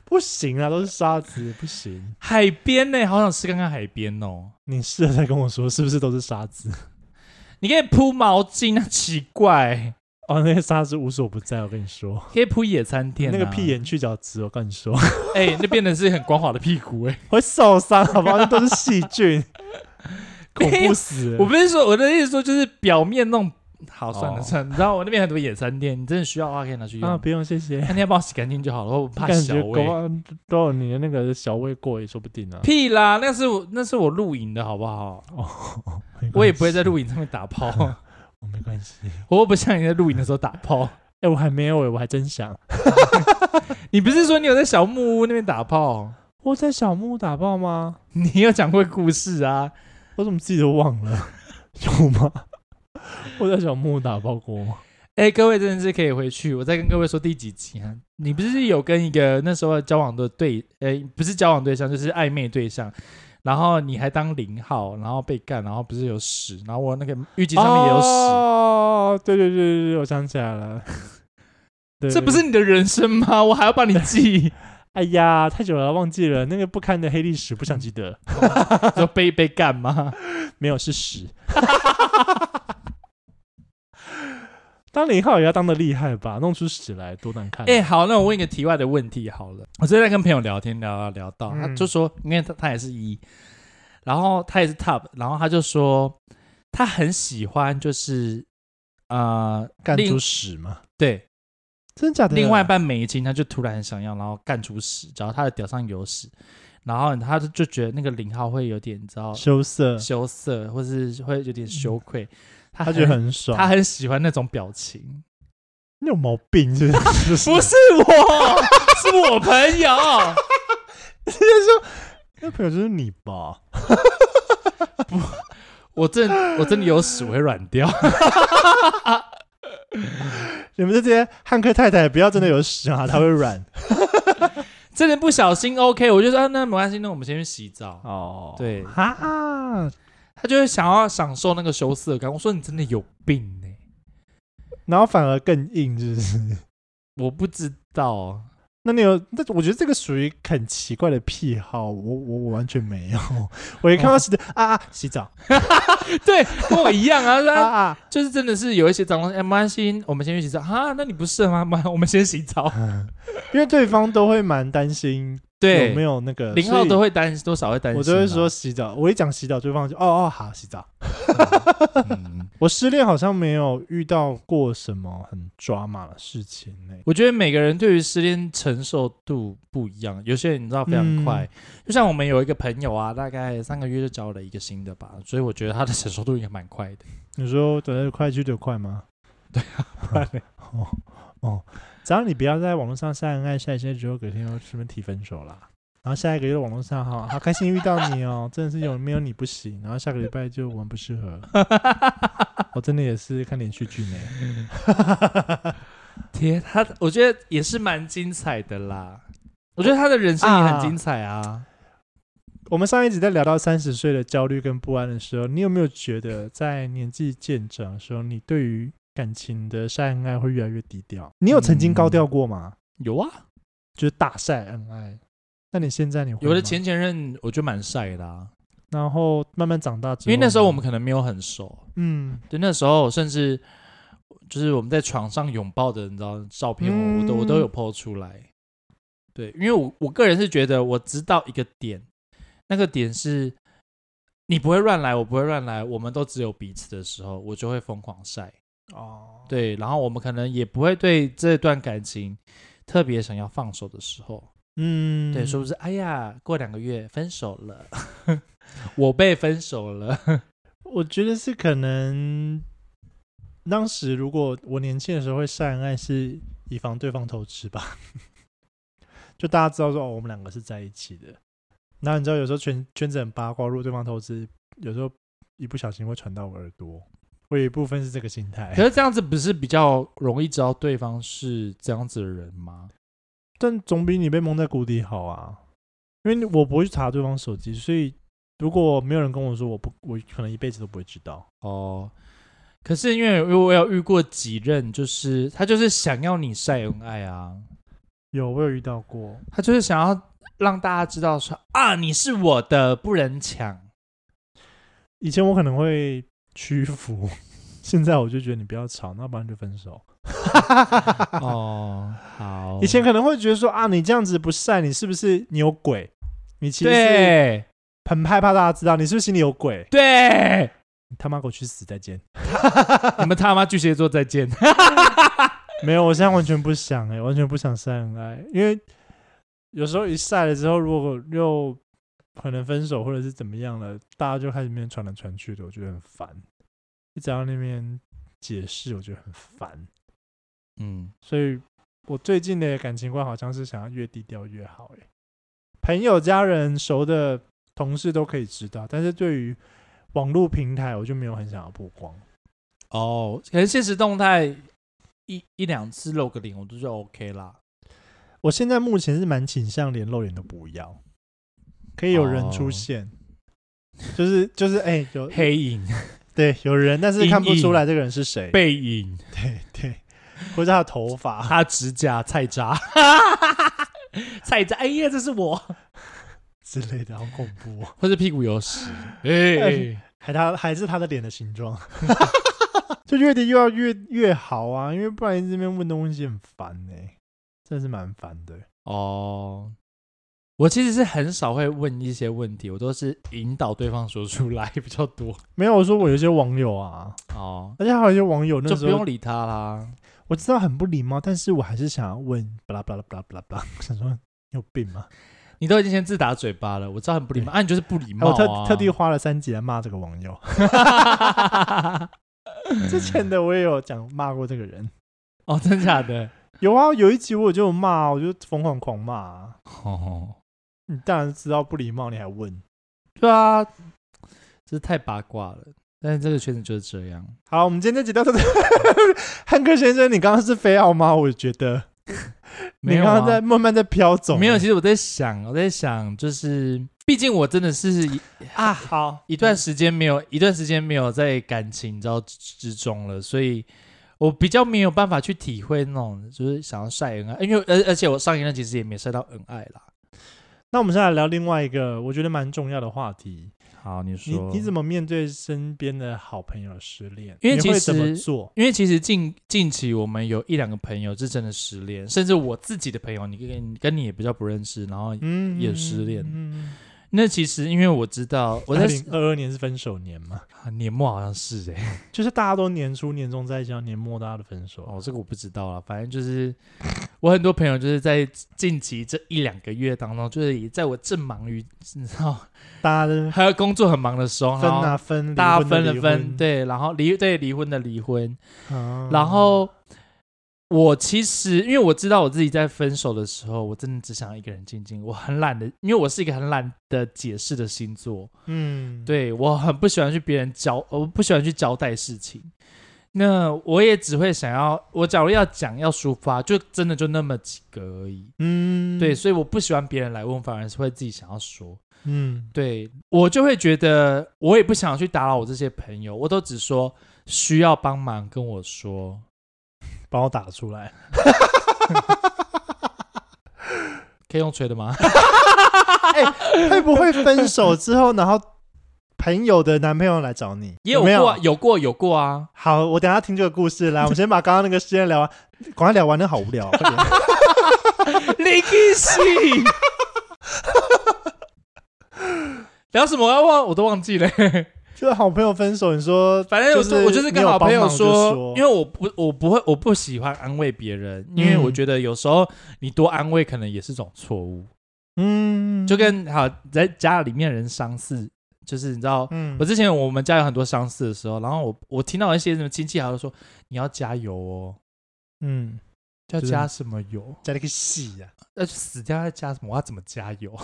Speaker 2: 不行啊，都是沙子，不行。
Speaker 1: 海边呢、好想试看看海边哦。
Speaker 2: 你试着再跟我说，是不是都是沙子？
Speaker 1: 你可以铺毛巾啊，奇怪，
Speaker 2: 哦，那些沙子无所不在，我跟你说，
Speaker 1: 可以铺野餐垫、啊。
Speaker 2: 那个屁，眼去角质，我跟你说。
Speaker 1: 哎、那变得是很光滑的屁股哎、
Speaker 2: 会受伤，好不好？那都是细 菌，恐怖死
Speaker 1: 啊
Speaker 2: 了
Speaker 1: 我不是说我的意思说就是表面弄好，算了
Speaker 2: 哦
Speaker 1: 算了，你知道我那边很多野餐垫，你真的需要的话可以拿去用。
Speaker 2: 啊！不用，谢谢。
Speaker 1: 那你要帮我洗干净就好了，我怕
Speaker 2: 感
Speaker 1: 小
Speaker 2: 觉
Speaker 1: 味
Speaker 2: 狗。啊都有你的那个小胃过也说不定啊。
Speaker 1: 屁啦，那是我那是我露营的好不好？
Speaker 2: 哦，没关系
Speaker 1: 我也不会在，露营上面打炮，
Speaker 2: 我没关系。
Speaker 1: 我又不像你在露营的时候打炮。
Speaker 2: 哎，我还没有哎，我还真想。
Speaker 1: 你不是说你有在小木屋那边打炮？
Speaker 2: 我在小木屋打爆吗？
Speaker 1: 你有讲过故事啊？
Speaker 2: 我怎么自己都忘了？ 有吗？我在小木屋打爆过吗？
Speaker 1: 哎、各位真的是可以回去，我再跟各位说第几集啊？你不是有跟一个那时候交往的对，呃、不是交往对象，就是暧昧对象，然后你还当零号，然后被干，然后不是有屎，然后我那个浴巾上面也有屎，
Speaker 2: 哦，对对对对对，我想起来 了。对
Speaker 1: 这不是你的人生吗？我还要帮你记，
Speaker 2: 哎呀，太久了，忘记了那个不堪的黑历史，不想记得。
Speaker 1: 就被被干吗？
Speaker 2: 没有 是屎。当零号也要当的厉害吧，弄出屎来多难看。啊
Speaker 1: 哎、好，那我问一个题外的问题好了。我最近在跟朋友聊天，聊聊聊到，
Speaker 2: 嗯
Speaker 1: 他就说，因为他他也是一，然后他也是 top，然后他就说他很喜欢就是呃，
Speaker 2: 干
Speaker 1: 另
Speaker 2: 出屎吗？
Speaker 1: 对
Speaker 2: 真的假的？
Speaker 1: 另外一半美金，他就突然很想要，然后干出屎，只要他的屌上有屎，然后他就就觉得那个零号会有点你知道
Speaker 2: 羞涩，
Speaker 1: 羞涩，或是会有点羞愧，他
Speaker 2: 他觉得很爽。
Speaker 1: 他很喜欢那种表情。
Speaker 2: 你有毛 病是不是？
Speaker 1: 不是我， 是我朋友。
Speaker 2: 那朋友就是你吧？
Speaker 1: 我真我真的有屎我会软掉，
Speaker 2: 你们这些汉克太太不要真的有屎啊，他 会软
Speaker 1: 真的不小心 OK，我就说、啊、那没关系，那我们先去洗澡。
Speaker 2: 哦
Speaker 1: 对
Speaker 2: 哈，
Speaker 1: 他就会想要享受那个羞涩感。我说你真的有病欸呢、
Speaker 2: 然后反而更硬，是不 是？
Speaker 1: 我不知道，
Speaker 2: 那你有？那我觉得这个属于很奇怪的癖好，我我我完全没有。 我一看到屎就啊啊，洗澡
Speaker 1: 对，跟我一样啊，
Speaker 2: 啊
Speaker 1: 他
Speaker 2: 啊，
Speaker 1: 就是真的是有一些脏东西，哎没关系，我们先去洗澡哈，那你不是吗？ 妈，我们先洗澡。
Speaker 2: 嗯因为对方都会蛮担心
Speaker 1: 对，
Speaker 2: 有没有那个
Speaker 1: 零号都
Speaker 2: 会，
Speaker 1: 会担心，多少会担心、啊
Speaker 2: 我都会说，洗澡。我一讲洗澡，对方就哦哦好洗澡。
Speaker 1: 嗯，
Speaker 2: 我失恋好像没有遇到过什么很抓马的事情呢、
Speaker 1: 我觉得每个人对于失恋承受度不一样，有些人你知道非常快，
Speaker 2: 嗯
Speaker 1: 就像我们有一个朋友啊，大概三个月就交了一个新的吧，所以我觉得他的承受度应该蛮快的。
Speaker 2: 你说等得快去得快吗？对啊，
Speaker 1: 然
Speaker 2: 哦哦，只要你不要在网络上晒恩爱晒一晒之后，隔天又顺便提分手啦。然后下一个月网络 上哈，好开心遇到你哦，真的是有没有你不行。然后下个礼拜就我们不适合。我真的也是看连续剧呢。
Speaker 1: 天，他我觉得也是蛮精彩的啦。我觉得他的人生也很精彩啊。
Speaker 2: 我们上一集在聊到三十岁的焦虑跟不安的时候，你有没有觉得在年纪渐长的时候，你对于感情的晒恩爱会越来越低调？你有
Speaker 1: 嗯
Speaker 2: 曾经高调过吗？
Speaker 1: 有啊，
Speaker 2: 就是大晒恩爱？那你现在你会
Speaker 1: 有的
Speaker 2: 吗
Speaker 1: 前前任我觉得蛮晒的、啊，
Speaker 2: 然后慢慢长大之后
Speaker 1: 因
Speaker 2: 呢，
Speaker 1: 为那时候我们可能没有很熟，
Speaker 2: 嗯，
Speaker 1: 对，那时候甚至就是我们在床上拥抱的，你知道照片我，我都我都有 PO 出来。对，因为我我个人是觉得我知道一个点，那个点是你不会乱来，我不会乱来，我们都只有彼此的时候，我就会疯狂晒。
Speaker 2: 哦，
Speaker 1: 对，然后我们可能也不会对这段感情特别想要放手的时候，
Speaker 2: 嗯，
Speaker 1: 对，说不是哎呀，过两个月分手了， 我被分手了，
Speaker 2: 我觉得是可能当时如果我年轻的时候会晒恩爱，是以防对方偷吃吧， 就大家知道说哦，我们两个是在一起的。那你知道有时候圈圈子很八卦，如果对方偷吃，有时候一不小心会传到我耳朵。我有一部分是这个心态
Speaker 1: 可，是这样子不是比较容易知道对方是这样子的人吗？
Speaker 2: 但总比你被蒙在鼓底好啊。因为我不会去查对方手机，所以如果没有人跟我说，我不，我可能一辈子都不会知道。
Speaker 1: 哦，可是因为因为我有遇过几任，就是他就是想要你晒恩爱啊，
Speaker 2: 有，我有遇到过，
Speaker 1: 他就是想要让大家知道说啊，你是我的，不能抢。
Speaker 2: 以前我可能会屈服， 现在我就觉得你不要吵，那不然就分手。
Speaker 1: 哦， 好，
Speaker 2: 以前可能会觉得说啊，你这样子不善，你是不是你有鬼？你其实是
Speaker 1: 对
Speaker 2: 很害怕大家知道你是不是心里有鬼？
Speaker 1: 对，
Speaker 2: 你他妈给我去死！再见。
Speaker 1: 你们他妈巨蟹座再见。
Speaker 2: 没有，我现在完全不想哎、完全不想晒恩爱，因为有时候一晒了之后，如果又可能分手或者是怎么样了，大家就开始面传来传去的，我觉得很烦。一直要那边解释，我觉得很烦。
Speaker 1: 嗯，
Speaker 2: 所以我最近的感情观好像是想要越低调越好、欸。朋友、家人、熟的同事都可以知道，但是对于网络平台，我就没有很想要曝光。
Speaker 1: 哦，可能现实动态一一两次露个脸，我都就 OK 啦。
Speaker 2: 我现在目前是蛮倾向连露脸都不要，可以有人
Speaker 1: 哦
Speaker 2: 出现，就是就是哎、有
Speaker 1: 黑 影、
Speaker 2: 对有人，但是看不
Speaker 1: 阴影
Speaker 2: 出来这个人是谁，
Speaker 1: 背影、
Speaker 2: 对对，或者他的头发，
Speaker 1: 他指甲、菜渣、 菜渣，哎呀，这是我，
Speaker 2: 之类的，好恐怖、哦，
Speaker 1: 或是屁股有屎， 哎，
Speaker 2: 还他还是他的脸的形状， 就越低又要越越好啊，因为不然这边问东西很烦呢、真的是蛮烦的。
Speaker 1: 哦。我其实是很少会问一些问题，我都是引导对方说出来 比较多
Speaker 2: 没有我说我有些网友啊，
Speaker 1: 哦，
Speaker 2: 而且还有一些网友那
Speaker 1: 就
Speaker 2: 时
Speaker 1: 不
Speaker 2: 候
Speaker 1: 用理他啦。
Speaker 2: 我知道很不礼貌，但是我还是想要问，巴拉巴拉巴拉巴拉巴拉， 想说你有病吗？
Speaker 1: 你都已经先自打嘴巴了，我知道很不礼 貌，啊，你就是不 礼貌、
Speaker 2: 我
Speaker 1: 啊。
Speaker 2: 哦特特地花了三集来骂这个网友，之前的我也有讲骂过这个人，
Speaker 1: 哦，真假的？
Speaker 2: 有啊，有一集我就有骂，我就疯狂狂骂、啊，
Speaker 1: 哦，
Speaker 2: 你当然知道不礼貌，你还问。
Speaker 1: 对啊，这太八卦了。但是这个圈子就是这样。
Speaker 2: 好，我们今天这集到 这。汉克先生，你刚刚是飞奥吗？我觉得
Speaker 1: 没
Speaker 2: 你
Speaker 1: 有、
Speaker 2: 刚
Speaker 1: 啊、
Speaker 2: 刚在慢慢在飘走。
Speaker 1: 没有。其实我在想，我在想，就是毕竟我真的是 一
Speaker 2: 啊，好，
Speaker 1: 一段时间没有，一段时间没有在感情之之中了，所以我比较没有办法去体会那种就是想要晒恩爱，因为而而且我上一任其实也没晒到恩爱啦。
Speaker 2: 那我们现在来聊另外一个我觉得蛮重要的话题。
Speaker 1: 好，你
Speaker 2: 你
Speaker 1: 说
Speaker 2: 你怎么面对身边的好朋友失恋？
Speaker 1: 因为
Speaker 2: 你
Speaker 1: 其
Speaker 2: 会怎么
Speaker 1: 实
Speaker 2: 做？
Speaker 1: 因为其实近近期我们有一两个朋友是真的失恋，甚至我自己的朋友，你跟跟你也比较不认识，然后
Speaker 2: 嗯
Speaker 1: 也失恋
Speaker 2: 嗯，
Speaker 1: 那其实因为我知道我
Speaker 2: 我在
Speaker 1: 在
Speaker 2: 零二二年是分手年嘛，
Speaker 1: 啊年末好像是哎、
Speaker 2: 就是大家都年初、年终在一起，然后年末大家都分手。
Speaker 1: 哦，这个我不知道啊，反正就是 我很多朋友就是在近期这一两个月当中，就是也在我正忙于你知道
Speaker 2: 大家都
Speaker 1: 还有工作很忙的时候，
Speaker 2: 分
Speaker 1: 然
Speaker 2: 啊
Speaker 1: 后
Speaker 2: 分，
Speaker 1: 大家
Speaker 2: 离婚嗯
Speaker 1: 分
Speaker 2: 的
Speaker 1: 了
Speaker 2: 离
Speaker 1: 分，
Speaker 2: 婚，
Speaker 1: 对，然后离对离婚的离婚，
Speaker 2: 啊
Speaker 1: 然后我其实因为我知道我自己在分手的时候，我真的只想一个人静静，我很懒得，因为我是一个很懒得解释的星座，
Speaker 2: 嗯，
Speaker 1: 对我很不喜欢去别人交，我不喜欢去交代事情。那我也只会想要，我假如要讲要抒发，就真的就那么几个而已。
Speaker 2: 嗯，
Speaker 1: 对，，所以我不喜欢别人来问，反而是会自己想要说。
Speaker 2: 嗯，
Speaker 1: 对我就会觉得，我也不想去打扰我这些朋友，我都只说需要帮忙跟我说。
Speaker 2: 帮我打出 来。
Speaker 1: 可以用吹的吗？
Speaker 2: 会不会分手之后，然后朋友的男朋友来找你？
Speaker 1: 也有
Speaker 2: 没
Speaker 1: 过啊，
Speaker 2: 有？
Speaker 1: 有过，有过 啊。
Speaker 2: 好，我等一下听这个 故事啦。我们先把刚刚那个事件聊完，赶快聊完，那好无聊。快点
Speaker 1: 林一喜， 聊什么啊？忘我都忘记了。
Speaker 2: 就是好朋友分手，你说
Speaker 1: 反正我
Speaker 2: 就是
Speaker 1: 我就是跟好朋友
Speaker 2: 你有帮
Speaker 1: 说，
Speaker 2: 忙就说
Speaker 1: 因为我不我不会我不喜欢安慰别人，因为
Speaker 2: 嗯
Speaker 1: 我觉得有时候你多安慰可能也是种错误，
Speaker 2: 嗯，
Speaker 1: 就跟好在家里面人相似，就是你知道。
Speaker 2: 嗯
Speaker 1: 我，之前我们家有很多相似的时候，然后我我听到一些什么亲戚好像说你要加油哦，
Speaker 2: 嗯，
Speaker 1: 要
Speaker 2: 就是
Speaker 1: 加什么油？
Speaker 2: 加了个戏啊呀、
Speaker 1: 要去死掉要加什么？我要怎么加油？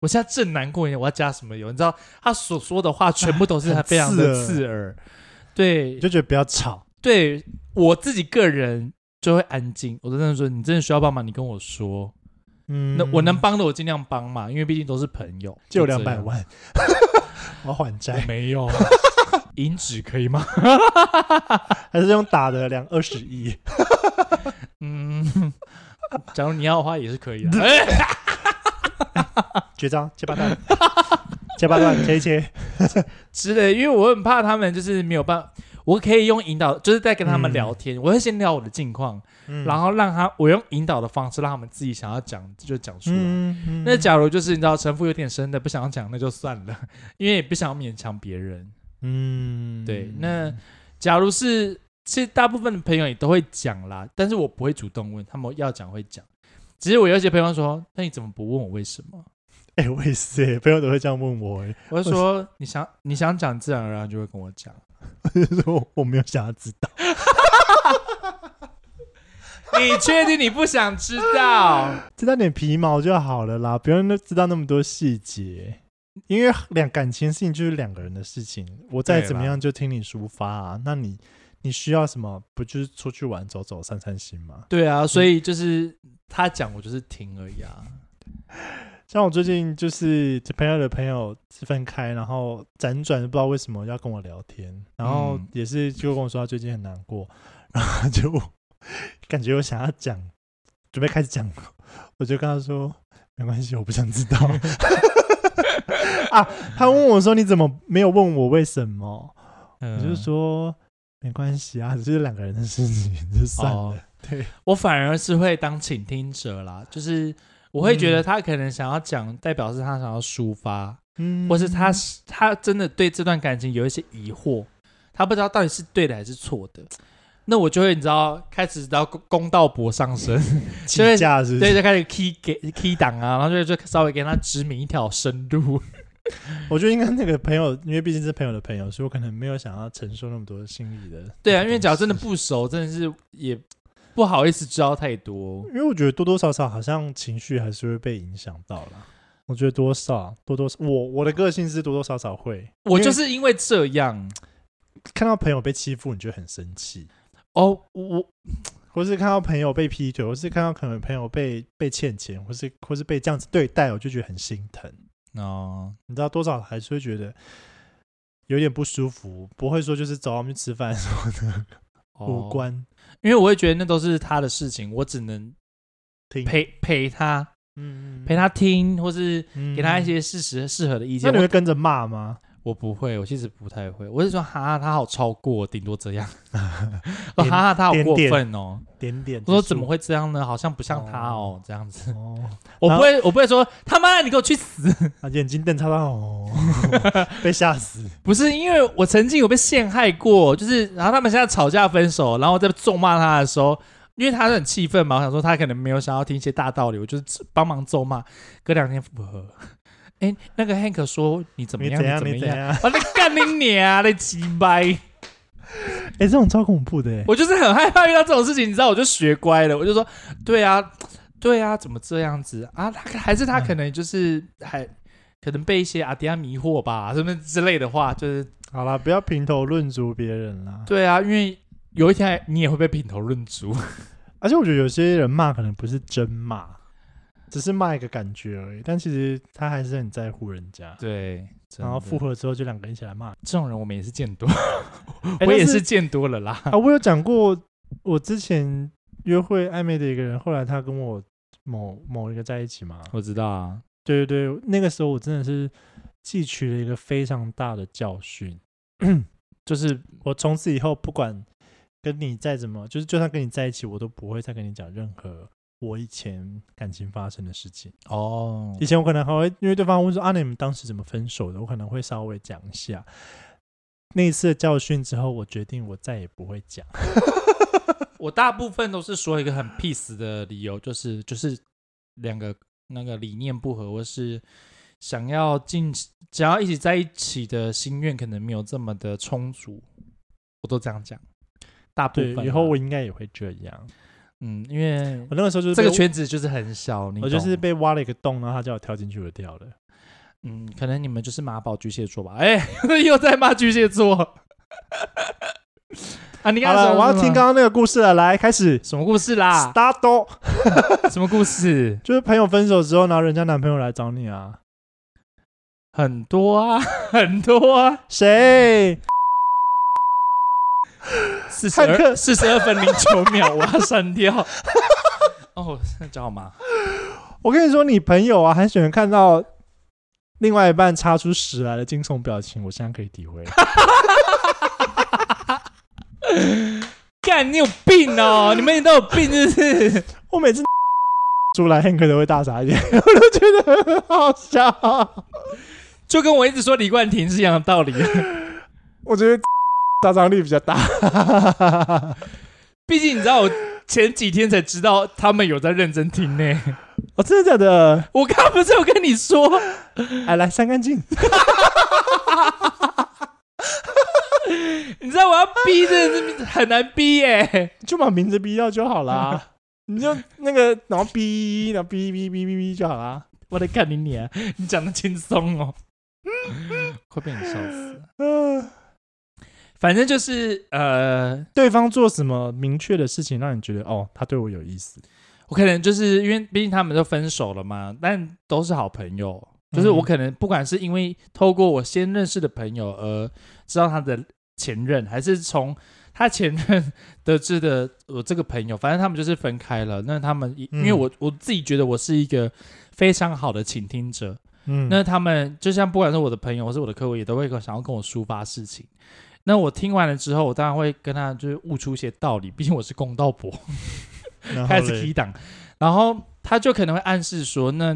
Speaker 1: 我现在正难过一点，我要加什么油？你知道他所说的话全部都是
Speaker 2: 很
Speaker 1: 非常的
Speaker 2: 刺
Speaker 1: 刺耳。对
Speaker 2: 你，就觉得不要吵。
Speaker 1: 对我自己个人就会安静。我真的说，你真的需要帮忙，你跟我说。
Speaker 2: 嗯，
Speaker 1: 那我能帮的，我尽量帮嘛，因为毕竟都是朋友。
Speaker 2: 借
Speaker 1: 就
Speaker 2: 我两
Speaker 1: 这
Speaker 2: 百
Speaker 1: 样，
Speaker 2: 万， 我要还
Speaker 1: 我
Speaker 2: 债，
Speaker 1: 没 有银纸可以吗？
Speaker 2: 还是用打的两二十亿？
Speaker 1: 嗯，假如你要的话也是可以的。哎
Speaker 2: 绝招切八段，切八段切一切。
Speaker 1: 之类，因为我很怕他们就是没有办法，我可以用引导，就是在跟他们
Speaker 2: 嗯
Speaker 1: 聊天，我会先聊我的近况，
Speaker 2: 嗯
Speaker 1: 然后让他我用引导的方式让他们自己想要讲就讲出来。
Speaker 2: 嗯，嗯
Speaker 1: 那假如就是你知道城府有点深的不想讲，那就算了，因为也不想勉强别人。
Speaker 2: 嗯
Speaker 1: 对，那假如是其实大部分的朋友也都会讲啦，但是我不会主动问，他们要讲会讲。只是我有一些朋友说，那你怎么不问我为什么？
Speaker 2: 哎、我也是、欸，朋友都会这样问我、欸，
Speaker 1: 我就说你想你想讲，自然而然就会跟我讲。
Speaker 2: 就是我我没有想要知道，
Speaker 1: 你确定你不想知道？
Speaker 2: 知道点皮毛就好了啦，不用那知道那么多细节。因为两感情事情就是两个人的事情，我再
Speaker 1: 对
Speaker 2: 怎么
Speaker 1: 啦
Speaker 2: 样就听你抒发啊。那你你需要什么？不就是出去玩走走散散心吗？
Speaker 1: 对啊，所以就是他讲，我就是听而已啊。
Speaker 2: 像我最近就是朋友的朋友分开，然后辗转不知道为什么要跟我聊天，然后
Speaker 1: 嗯
Speaker 2: 也是就跟我说他最近很难过，然后他就 感觉我想要讲，准备开始讲，我就跟他说没关系，我不想 知道。啊，他问我说你怎么没有问我为什么？
Speaker 1: 嗯
Speaker 2: 我就说没关系啊，只是两个人的事情，就算了。
Speaker 1: 哦
Speaker 2: 对，
Speaker 1: 我反而是会当倾听者啦，就是我会觉得他可能想要讲，代表是他想要抒发，
Speaker 2: 嗯
Speaker 1: 或是他他真的对这段感情有一些疑惑，他不知道到底是对的还是错的。那我就会你知道开始到公公道博上 升，就
Speaker 2: 请
Speaker 1: 会
Speaker 2: 假是不
Speaker 1: 对，
Speaker 2: 是？
Speaker 1: 就开始 key 给 key 档啊，然后就就稍微给他指明一条生路。
Speaker 2: 我觉得应该那个朋友，因为毕竟是朋友的朋友，所以我可能没有想要承受那么多心理的。
Speaker 1: 对啊，因为假如真的，不熟，真的是也不好意思知道太多。
Speaker 2: 因为我觉得多多少少好像情绪还是会被影响到啦。我觉得多少多多少，我我的个性是多多少少会，
Speaker 1: 我
Speaker 2: 因为
Speaker 1: 就是因为这样
Speaker 2: 看到朋友被欺负，你就很生气，
Speaker 1: 哦，我
Speaker 2: 或是看到朋友被劈腿，或是看到可能朋友被被欠钱，或是或是被这样子对待，我就觉得很心疼。
Speaker 1: 哦，
Speaker 2: 你知道多少还是会觉得有点不舒服，不会说就是走我们去吃饭什么的，无
Speaker 1: 哦，
Speaker 2: 关。
Speaker 1: 因为我会觉得那都是他的事情，我只能
Speaker 2: 听，
Speaker 1: 陪陪他，
Speaker 2: 嗯
Speaker 1: 陪，他听，或是
Speaker 2: 嗯
Speaker 1: 给他一。些事实适合的意
Speaker 2: 那
Speaker 1: 见。
Speaker 2: 你
Speaker 1: 我
Speaker 2: 会跟着骂吗？
Speaker 1: 我不会，我其实不太会，我是说哈，他好超过，顶多这 样。哦哈哈，他好
Speaker 2: 点
Speaker 1: 过
Speaker 2: 点
Speaker 1: 分哦！
Speaker 2: 点点，
Speaker 1: 我说
Speaker 2: 就是
Speaker 1: 怎么会这样呢？好像不像他哦，这样子。
Speaker 2: 哦，
Speaker 1: 我
Speaker 2: 然
Speaker 1: 不
Speaker 2: 后
Speaker 1: 会，我不会说他妈的，你给我去死！
Speaker 2: 啊，眼睛瞪超大哦，被吓死。
Speaker 1: 不是因为我曾经有被陷害过，就是然后他们现在吵架分手，然后我在咒骂他的时候，因为他很气愤嘛，我想说他可能没有想要听一些大道理，我就是帮忙咒骂。隔两天复合，哎，那个 Hank 说你怎么
Speaker 2: 你
Speaker 1: 样？
Speaker 2: 怎
Speaker 1: 你
Speaker 2: 样？
Speaker 1: 怎么
Speaker 2: 你怎
Speaker 1: 样？
Speaker 2: 样？
Speaker 1: 我在干你娘！你鸡掰！
Speaker 2: 哎这种超恐怖的、欸，
Speaker 1: 我就是很害怕遇到这种事情，你知道，我就学乖了，我就说，对啊，对啊，怎么这样子啊？他还是他可能就是还可能被一些阿迪亚迷惑吧，什么之类的话，就是
Speaker 2: 好啦，不要评头论足别人啦。
Speaker 1: 对啊，因为有一天你也会被品头论足，
Speaker 2: 而且我觉得有些人骂可能不是真骂，只是骂一个感觉而已，但其实他还是很在乎人 家。
Speaker 1: 对，
Speaker 2: 然后复
Speaker 1: 负
Speaker 2: 合之后就两个人一起来骂。
Speaker 1: 这 种人我们也是见多，
Speaker 2: 哎
Speaker 1: 我也
Speaker 2: 但
Speaker 1: 是见多了啦。
Speaker 2: 啊，我有讲过，我之前约会暧昧的一个人，后来他跟我某某一个在一起嘛。
Speaker 1: 我知道啊，
Speaker 2: 对对对，那个时候我真的是汲取了一个非常大的教训， 就是我从此以后不管跟你再怎么，就是就算跟你在一起，我都不会再跟你讲任何我以前感情发生的事情。
Speaker 1: 哦
Speaker 2: 以，前我可能还会因为对方问说啊，你们当时怎么分手的，我可能会稍微讲一下。那一次的教训之后，我决定我再也不会讲。
Speaker 1: 我大部分都是说一个很 peace 的理由，就是就是两个那个理念不合，或是想要进想要一起在一起的心愿可能没有这么的充足，我都这样讲。大部
Speaker 2: 对
Speaker 1: 分啊、，
Speaker 2: 以后我应该也会这样。
Speaker 1: 嗯，因为
Speaker 2: 我那个时候就是
Speaker 1: 这个
Speaker 2: 被
Speaker 1: 圈子就是很小，你
Speaker 2: 我就是
Speaker 1: 懂
Speaker 2: 被挖了一个洞，然后他叫我跳进去，我就跳了。
Speaker 1: 嗯，可能你们就是马宝巨蟹座吧？哎、 又在骂巨蟹座啊！你
Speaker 2: 好
Speaker 1: 刚才
Speaker 2: 了，
Speaker 1: 说
Speaker 2: 我要
Speaker 1: 什么啊
Speaker 2: 听刚刚那个故事了，来开始。
Speaker 1: 什么故事 啦？
Speaker 2: Start，哦
Speaker 1: 什么故事？
Speaker 2: 就是朋友分手之后，然后人家男朋友来找你啊？
Speaker 1: 很多啊， 很多啊。
Speaker 2: 谁？
Speaker 1: 四十
Speaker 2: 汉克
Speaker 1: 二四十二分零九秒，我要删掉。 哦，叫好吗？
Speaker 2: 我跟你说，你朋友啊，很喜欢看到另外一半插出屎来的惊悚表情，我现在可以 体会。
Speaker 1: 干，你有病哦！你们也都有病，是不是？
Speaker 2: 我每次 出来 Hank 都会大傻眼， 我都觉得很好笑。
Speaker 1: 就跟我一直说李冠廷是一样的道理。
Speaker 2: 我觉得 杀伤力比较大。
Speaker 1: 毕竟你知道，我前几天才知道他们有在认真听呢。
Speaker 2: 哦，真的假的？
Speaker 1: 我刚不是有跟你说，
Speaker 2: 哎，来删干净。
Speaker 1: 你知道我要逼，真的是很难逼耶、
Speaker 2: 就把名字逼掉就好 啦。你就那个，然后逼，然后逼逼逼逼逼就好啦。
Speaker 1: 我得看你你啊，你讲的轻松哦， 快被你笑死了。
Speaker 2: 嗯、
Speaker 1: 反正就是呃，
Speaker 2: 对方做什么明确的事情让你觉得哦，他对我有意思？
Speaker 1: 我可能就是因为毕竟他们都分手了嘛，但都是好朋友。就是我
Speaker 2: 嗯
Speaker 1: 可能不管是因为透过我先认识的朋友而知道他的前任，还是从他前任得知的我这个朋友，反正他们就是分开了。那他们因为
Speaker 2: 嗯
Speaker 1: 我我自己觉得我是一个非常好的倾听者，
Speaker 2: 嗯
Speaker 1: 那他们就像不管是我的朋友或是我的客户，也都会想要跟我抒发事情。那我听完了之后，我当然会跟他就是悟出一些道理，毕竟我是公道伯。
Speaker 2: 然后
Speaker 1: 开始
Speaker 2: 嘞
Speaker 1: key 档，然后他就可能会暗示说，那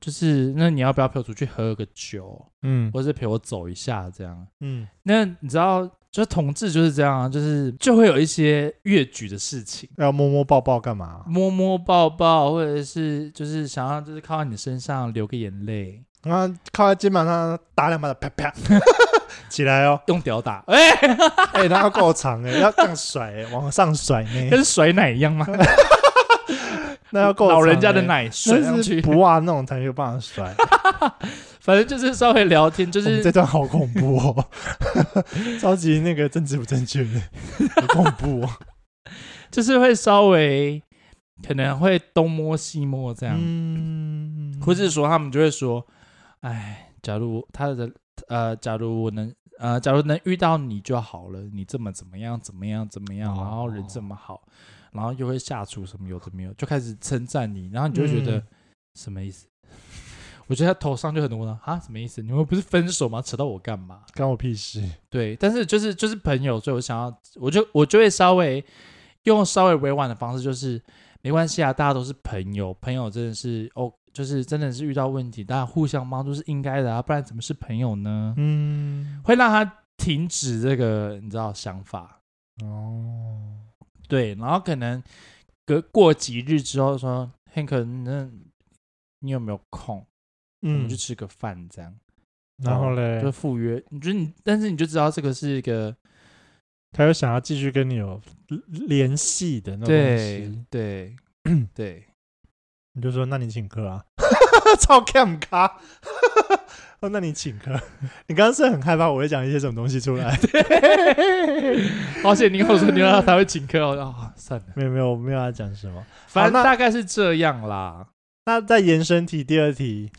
Speaker 1: 就是那你要不要陪我出去喝个酒，
Speaker 2: 嗯
Speaker 1: 或是陪我走一下这样？
Speaker 2: 嗯，
Speaker 1: 那你知道，就是同志就是这样啊，就是就会有一些越矩的事情，
Speaker 2: 要摸摸抱抱干嘛？啊
Speaker 1: 摸摸抱抱，或者是就是想要就是靠到你身上流个眼泪，
Speaker 2: 然后靠在肩膀上打两巴掌，啪 啪，起来哦！
Speaker 1: 用屌打，哎、
Speaker 2: 哎、然后够长哎、 要这样甩、哎往上甩呢、
Speaker 1: 跟甩奶一样吗？
Speaker 2: 那要够、哎
Speaker 1: 老人家的，奶甩
Speaker 2: 那
Speaker 1: 上
Speaker 2: 是
Speaker 1: 去，
Speaker 2: 不袜那种才有办法甩。
Speaker 1: 反正就是稍微聊天，就
Speaker 2: 我
Speaker 1: 是
Speaker 2: 们这段好恐怖哦，超级那个政治不正确的，好恐怖哦。
Speaker 1: 就是会稍微可能会东摸西摸这样。
Speaker 2: 嗯，
Speaker 1: 或是说他们就会说，哎，假如他的呃，假如我能呃，假如能遇到你就好了，你这么怎么样怎么样怎么样，
Speaker 2: 哦
Speaker 1: 然后人这么好，然后又会下厨什么有的没有，就开始称赞你，然后你就会觉得、
Speaker 2: 嗯
Speaker 1: 什么意思？ 我觉得他头上就很多问号啊，什么意思？你们不是分手吗？扯到我干嘛？
Speaker 2: 干我屁事？
Speaker 1: 对，但是就是就是朋友，所以我想要，我就我就会稍微用稍微委婉的方式，就是没关系啊，大家都是朋友，朋友真的是哦，就是真的是遇到问题，大家互相帮助是应该的啊，不然怎么是朋友呢？
Speaker 2: 嗯，
Speaker 1: 会让他停止这个你知道想法，
Speaker 2: 哦，
Speaker 1: 对，然后可能隔过几日之后说，Hank，那你有没有空？我们
Speaker 2: 嗯
Speaker 1: 去，吃个饭这样。
Speaker 2: 然后嘞
Speaker 1: 就，赴约，你觉得你，但是你就知道这个是一个
Speaker 2: 他又想要继续跟你有联系的那种东
Speaker 1: 对
Speaker 2: 西，
Speaker 1: 对 对，
Speaker 2: 你就说那你请 客啊，超 cam 咖， 哦那你请客，你刚刚是很害怕我会讲一些什么东西出 来？
Speaker 1: 而且你跟我说你要他会请客，我说啊算了，
Speaker 2: 没有没有，我没有要讲什么。
Speaker 1: 反正
Speaker 2: 那
Speaker 1: 大概是这样啦。
Speaker 2: 那再延伸题第二题，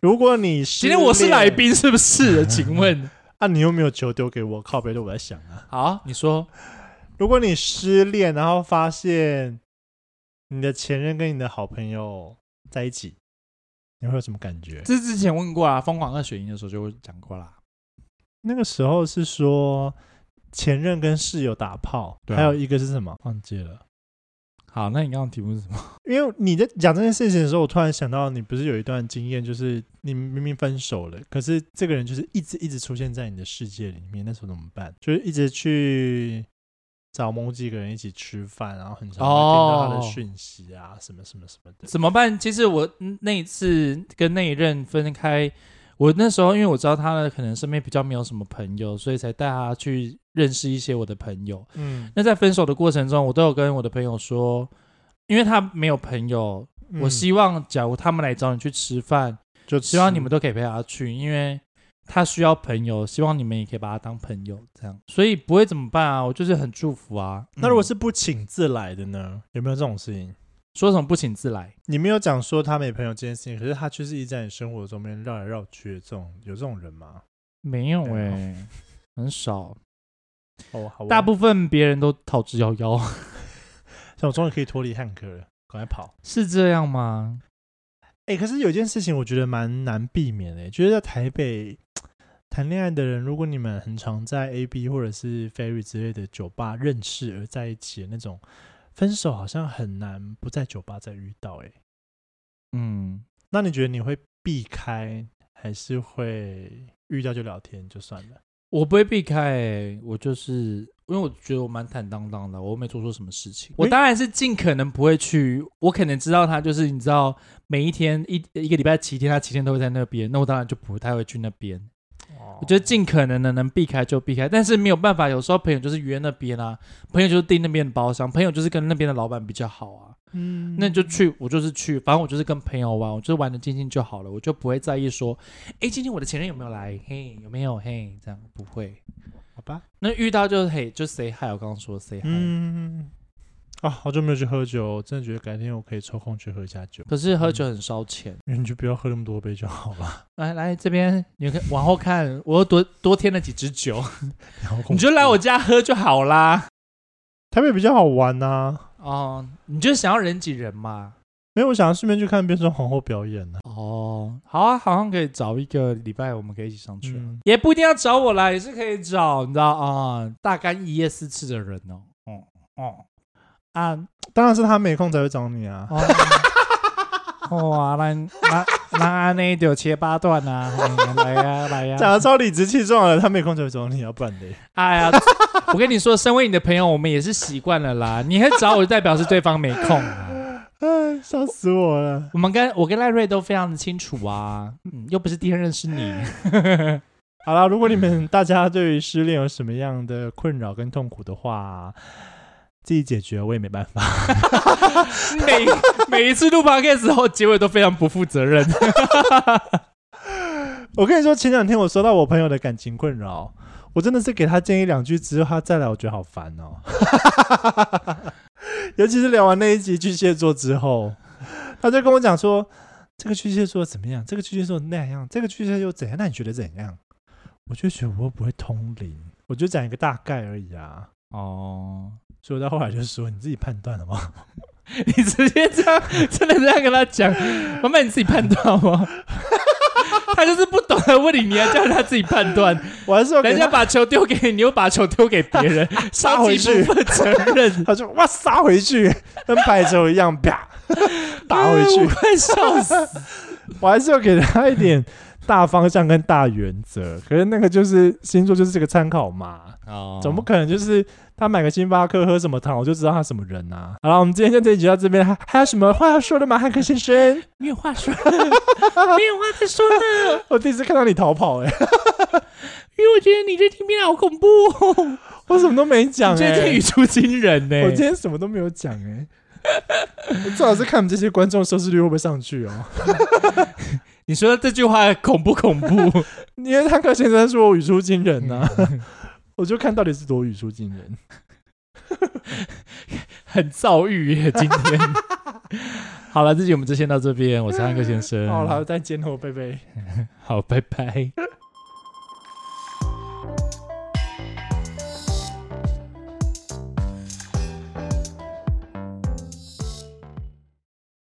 Speaker 2: 如果你
Speaker 1: 今天我是
Speaker 2: 失恋
Speaker 1: 来宾是不 是？请问，
Speaker 2: 啊，你又没有球丢给我，靠别的我在想啊。
Speaker 1: 好，你说
Speaker 2: 如果你失恋，然后发现你的前任跟你的好朋友在一起，你会有什么感觉？
Speaker 1: 这之前问过啦，疯狂二选一的时候就会讲过啦。
Speaker 2: 那个时候是说前任跟室友打炮，
Speaker 1: 对啊
Speaker 2: 还有一个是什么？忘记了。
Speaker 1: 好，那你刚刚题目是什么？
Speaker 2: 因为你在讲这件事情的时候，我突然想到，你不是有一段经验，就是你明明分手了，可是这个人就是一直一直出现在你的世界里面，那时候怎么办？就是一直去找某几个人一起吃饭，然后很常会听到他的
Speaker 1: 哦
Speaker 2: 讯息啊，什么什么什么的。
Speaker 1: 怎么办？其实我嗯那一次跟那一任分开，我那时候因为我知道他呢可能身边比较没有什么朋友，所以才带他去认识一些我的朋友。
Speaker 2: 嗯，
Speaker 1: 那在分手的过程中，我都有跟我的朋友说，因为他没有朋友，我希望假如他们来找你去吃饭，
Speaker 2: 嗯就
Speaker 1: 希望你们都可以陪他去，因为他需要朋友，希望你们也可以把他当朋友，这样，所以不会怎么办啊？我就是很祝福啊。
Speaker 2: 那如果
Speaker 1: 嗯
Speaker 2: 是不请自来的呢？有没有这种事情？
Speaker 1: 说什么不请自来，
Speaker 2: 你没有讲说他没朋友这件事情，可是他却是一直在你生活中面绕来绕去的，这种有这种人吗？
Speaker 1: 没有
Speaker 2: 没
Speaker 1: 哎、
Speaker 2: 有
Speaker 1: 很少，
Speaker 2: 哦，好哦，
Speaker 1: 大部分别人都逃之夭夭，
Speaker 2: 像我终于可以脱离汉克了，赶快跑！
Speaker 1: 是这样吗？
Speaker 2: 哎、可是有一件事情我觉得蛮难避免的、就是在台北谈恋爱的人，如果你们很常在 A B 或者是 Ferry 之类的酒吧认识而在一起的那种，分手好像很难不在酒吧再遇到、欸。哎，
Speaker 1: 嗯，
Speaker 2: 那你觉得你会避开，还是会遇到就聊天就算了？
Speaker 1: 我不会避开、欸，我就是因为我觉得我蛮坦荡荡的，我没做错什么事情。我
Speaker 2: 喂
Speaker 1: 当然是尽可能不会去，我可能知道他就是你知道，每一天一一个礼拜七天，他七天都会在那边，那我当然就不太会去那边。
Speaker 2: 哦
Speaker 1: 我觉得尽可能的能避开就避开，但是没有办法，有时候朋友就是约那边啊，朋友就是订那边的包厢，朋友就是跟那边的老板比较好啊，
Speaker 2: 嗯
Speaker 1: 那就去，我就是去，反正我就是跟朋友玩，我就玩的尽兴就好了，我就不会在意说，哎，今天我的前任有没有来？嘿，有没有？嘿，这样不会。
Speaker 2: 好吧。
Speaker 1: 那遇到就是嘿，就 say hi，我刚刚说 say hi。
Speaker 2: 嗯，啊，好久没有去喝酒，我真的觉得改天我可以抽空去喝一下酒。
Speaker 1: 可是喝酒很烧钱，
Speaker 2: 你就不要喝那么多杯就好了。
Speaker 1: 来来这边，你看往后看，我又多多添了几支酒，
Speaker 2: 然后
Speaker 1: 你就来我家喝就好啦。
Speaker 2: 台北比较好玩呐、
Speaker 1: 哦，你就想要人挤人嘛。
Speaker 2: 没有，我想要顺便去看变装皇后表演呢、啊
Speaker 1: 哦，好啊，好像可以找一个礼拜，我们可以一起上去啊、
Speaker 2: 嗯
Speaker 1: 也不一定要找我啦，也是可以找，你知道啊、大干一夜四次的人哦，哦哦啊
Speaker 2: 当然是他没空才会找你啊。
Speaker 1: 哦，哦啊，那那那安内就切八段啊，嘿来呀、来 呀、
Speaker 2: 讲的超理直气壮的，他没空才会找你啊，不然的。
Speaker 1: 哎呀，我跟你说，身为你的朋友，我们也是习惯了 啦。你还找我，就代表是对方没空啊。
Speaker 2: 哎，笑死我了。
Speaker 1: 我们跟我跟赖瑞都非常的清楚啊，嗯，又不是第一天认识你。
Speaker 2: 嗯好啦，如果你 们大家对于失恋有什么样的困扰跟痛苦的话，自己解决，我也没办法。
Speaker 1: 每每一次录 podcast 后，结尾都非常不负责任。
Speaker 2: 我跟你说，前两天我收到我朋友的感情困扰，我真的是给他建议两句之后，他再来，我觉得好烦哦。 尤其是聊完那一集巨蟹座之后， 他就跟我讲说，这个巨蟹座怎么样，这个巨蟹座那样，这个巨蟹座怎样，那你觉得怎样？我就觉得我又不会通灵，我就讲一个大概而已啊。
Speaker 1: 哦，
Speaker 2: 所以我到后来就说，你自己判断好不 好？
Speaker 1: 你直接这样，真的这样跟他讲，妈妈你自己判断好 不好？他就是不懂得问你，你还叫他自己判断。
Speaker 2: 我还是有给
Speaker 1: 人
Speaker 2: 他
Speaker 1: 家把球丢给你，你又把球丢给别人，
Speaker 2: 杀
Speaker 1: 超
Speaker 2: 回
Speaker 1: 级
Speaker 2: 去
Speaker 1: 不负责任。
Speaker 2: 他就哇杀回去，跟白球一样 啪 打回去
Speaker 1: 我。快笑死！
Speaker 2: 我还是要给他一点大方向跟大原则， 可是那个就是星座就是这个参考嘛，
Speaker 1: 哦
Speaker 2: 总不可能就是他买个星巴克喝什么糖，我就知道他什么人啊。好了，我们今天就这一集到这边，还还有什么话要说的吗，汉克先生？
Speaker 1: 没有话说， 没有话再说了，
Speaker 2: 我第一次看到你逃跑、欸，哎，
Speaker 1: 因为我觉得你这听起来好恐怖、哦。
Speaker 2: 我什么都没讲、
Speaker 1: 你最近
Speaker 2: 欸
Speaker 1: 语。欸出惊人呢、
Speaker 2: 我今天什么都没有讲哎、我 最好是看我们这些观众收视率会不会上去哦。
Speaker 1: 你说这句话恐不恐 怖？
Speaker 2: 因为汉克先生说我语出惊人
Speaker 1: 嗯
Speaker 2: 呐、我就看到底是多语出惊人。
Speaker 1: 很躁郁耶，今 天。好了，这集我们就先到这边。我是汉克先生。
Speaker 2: 好了，再见哦，贝贝。
Speaker 1: 好，拜拜。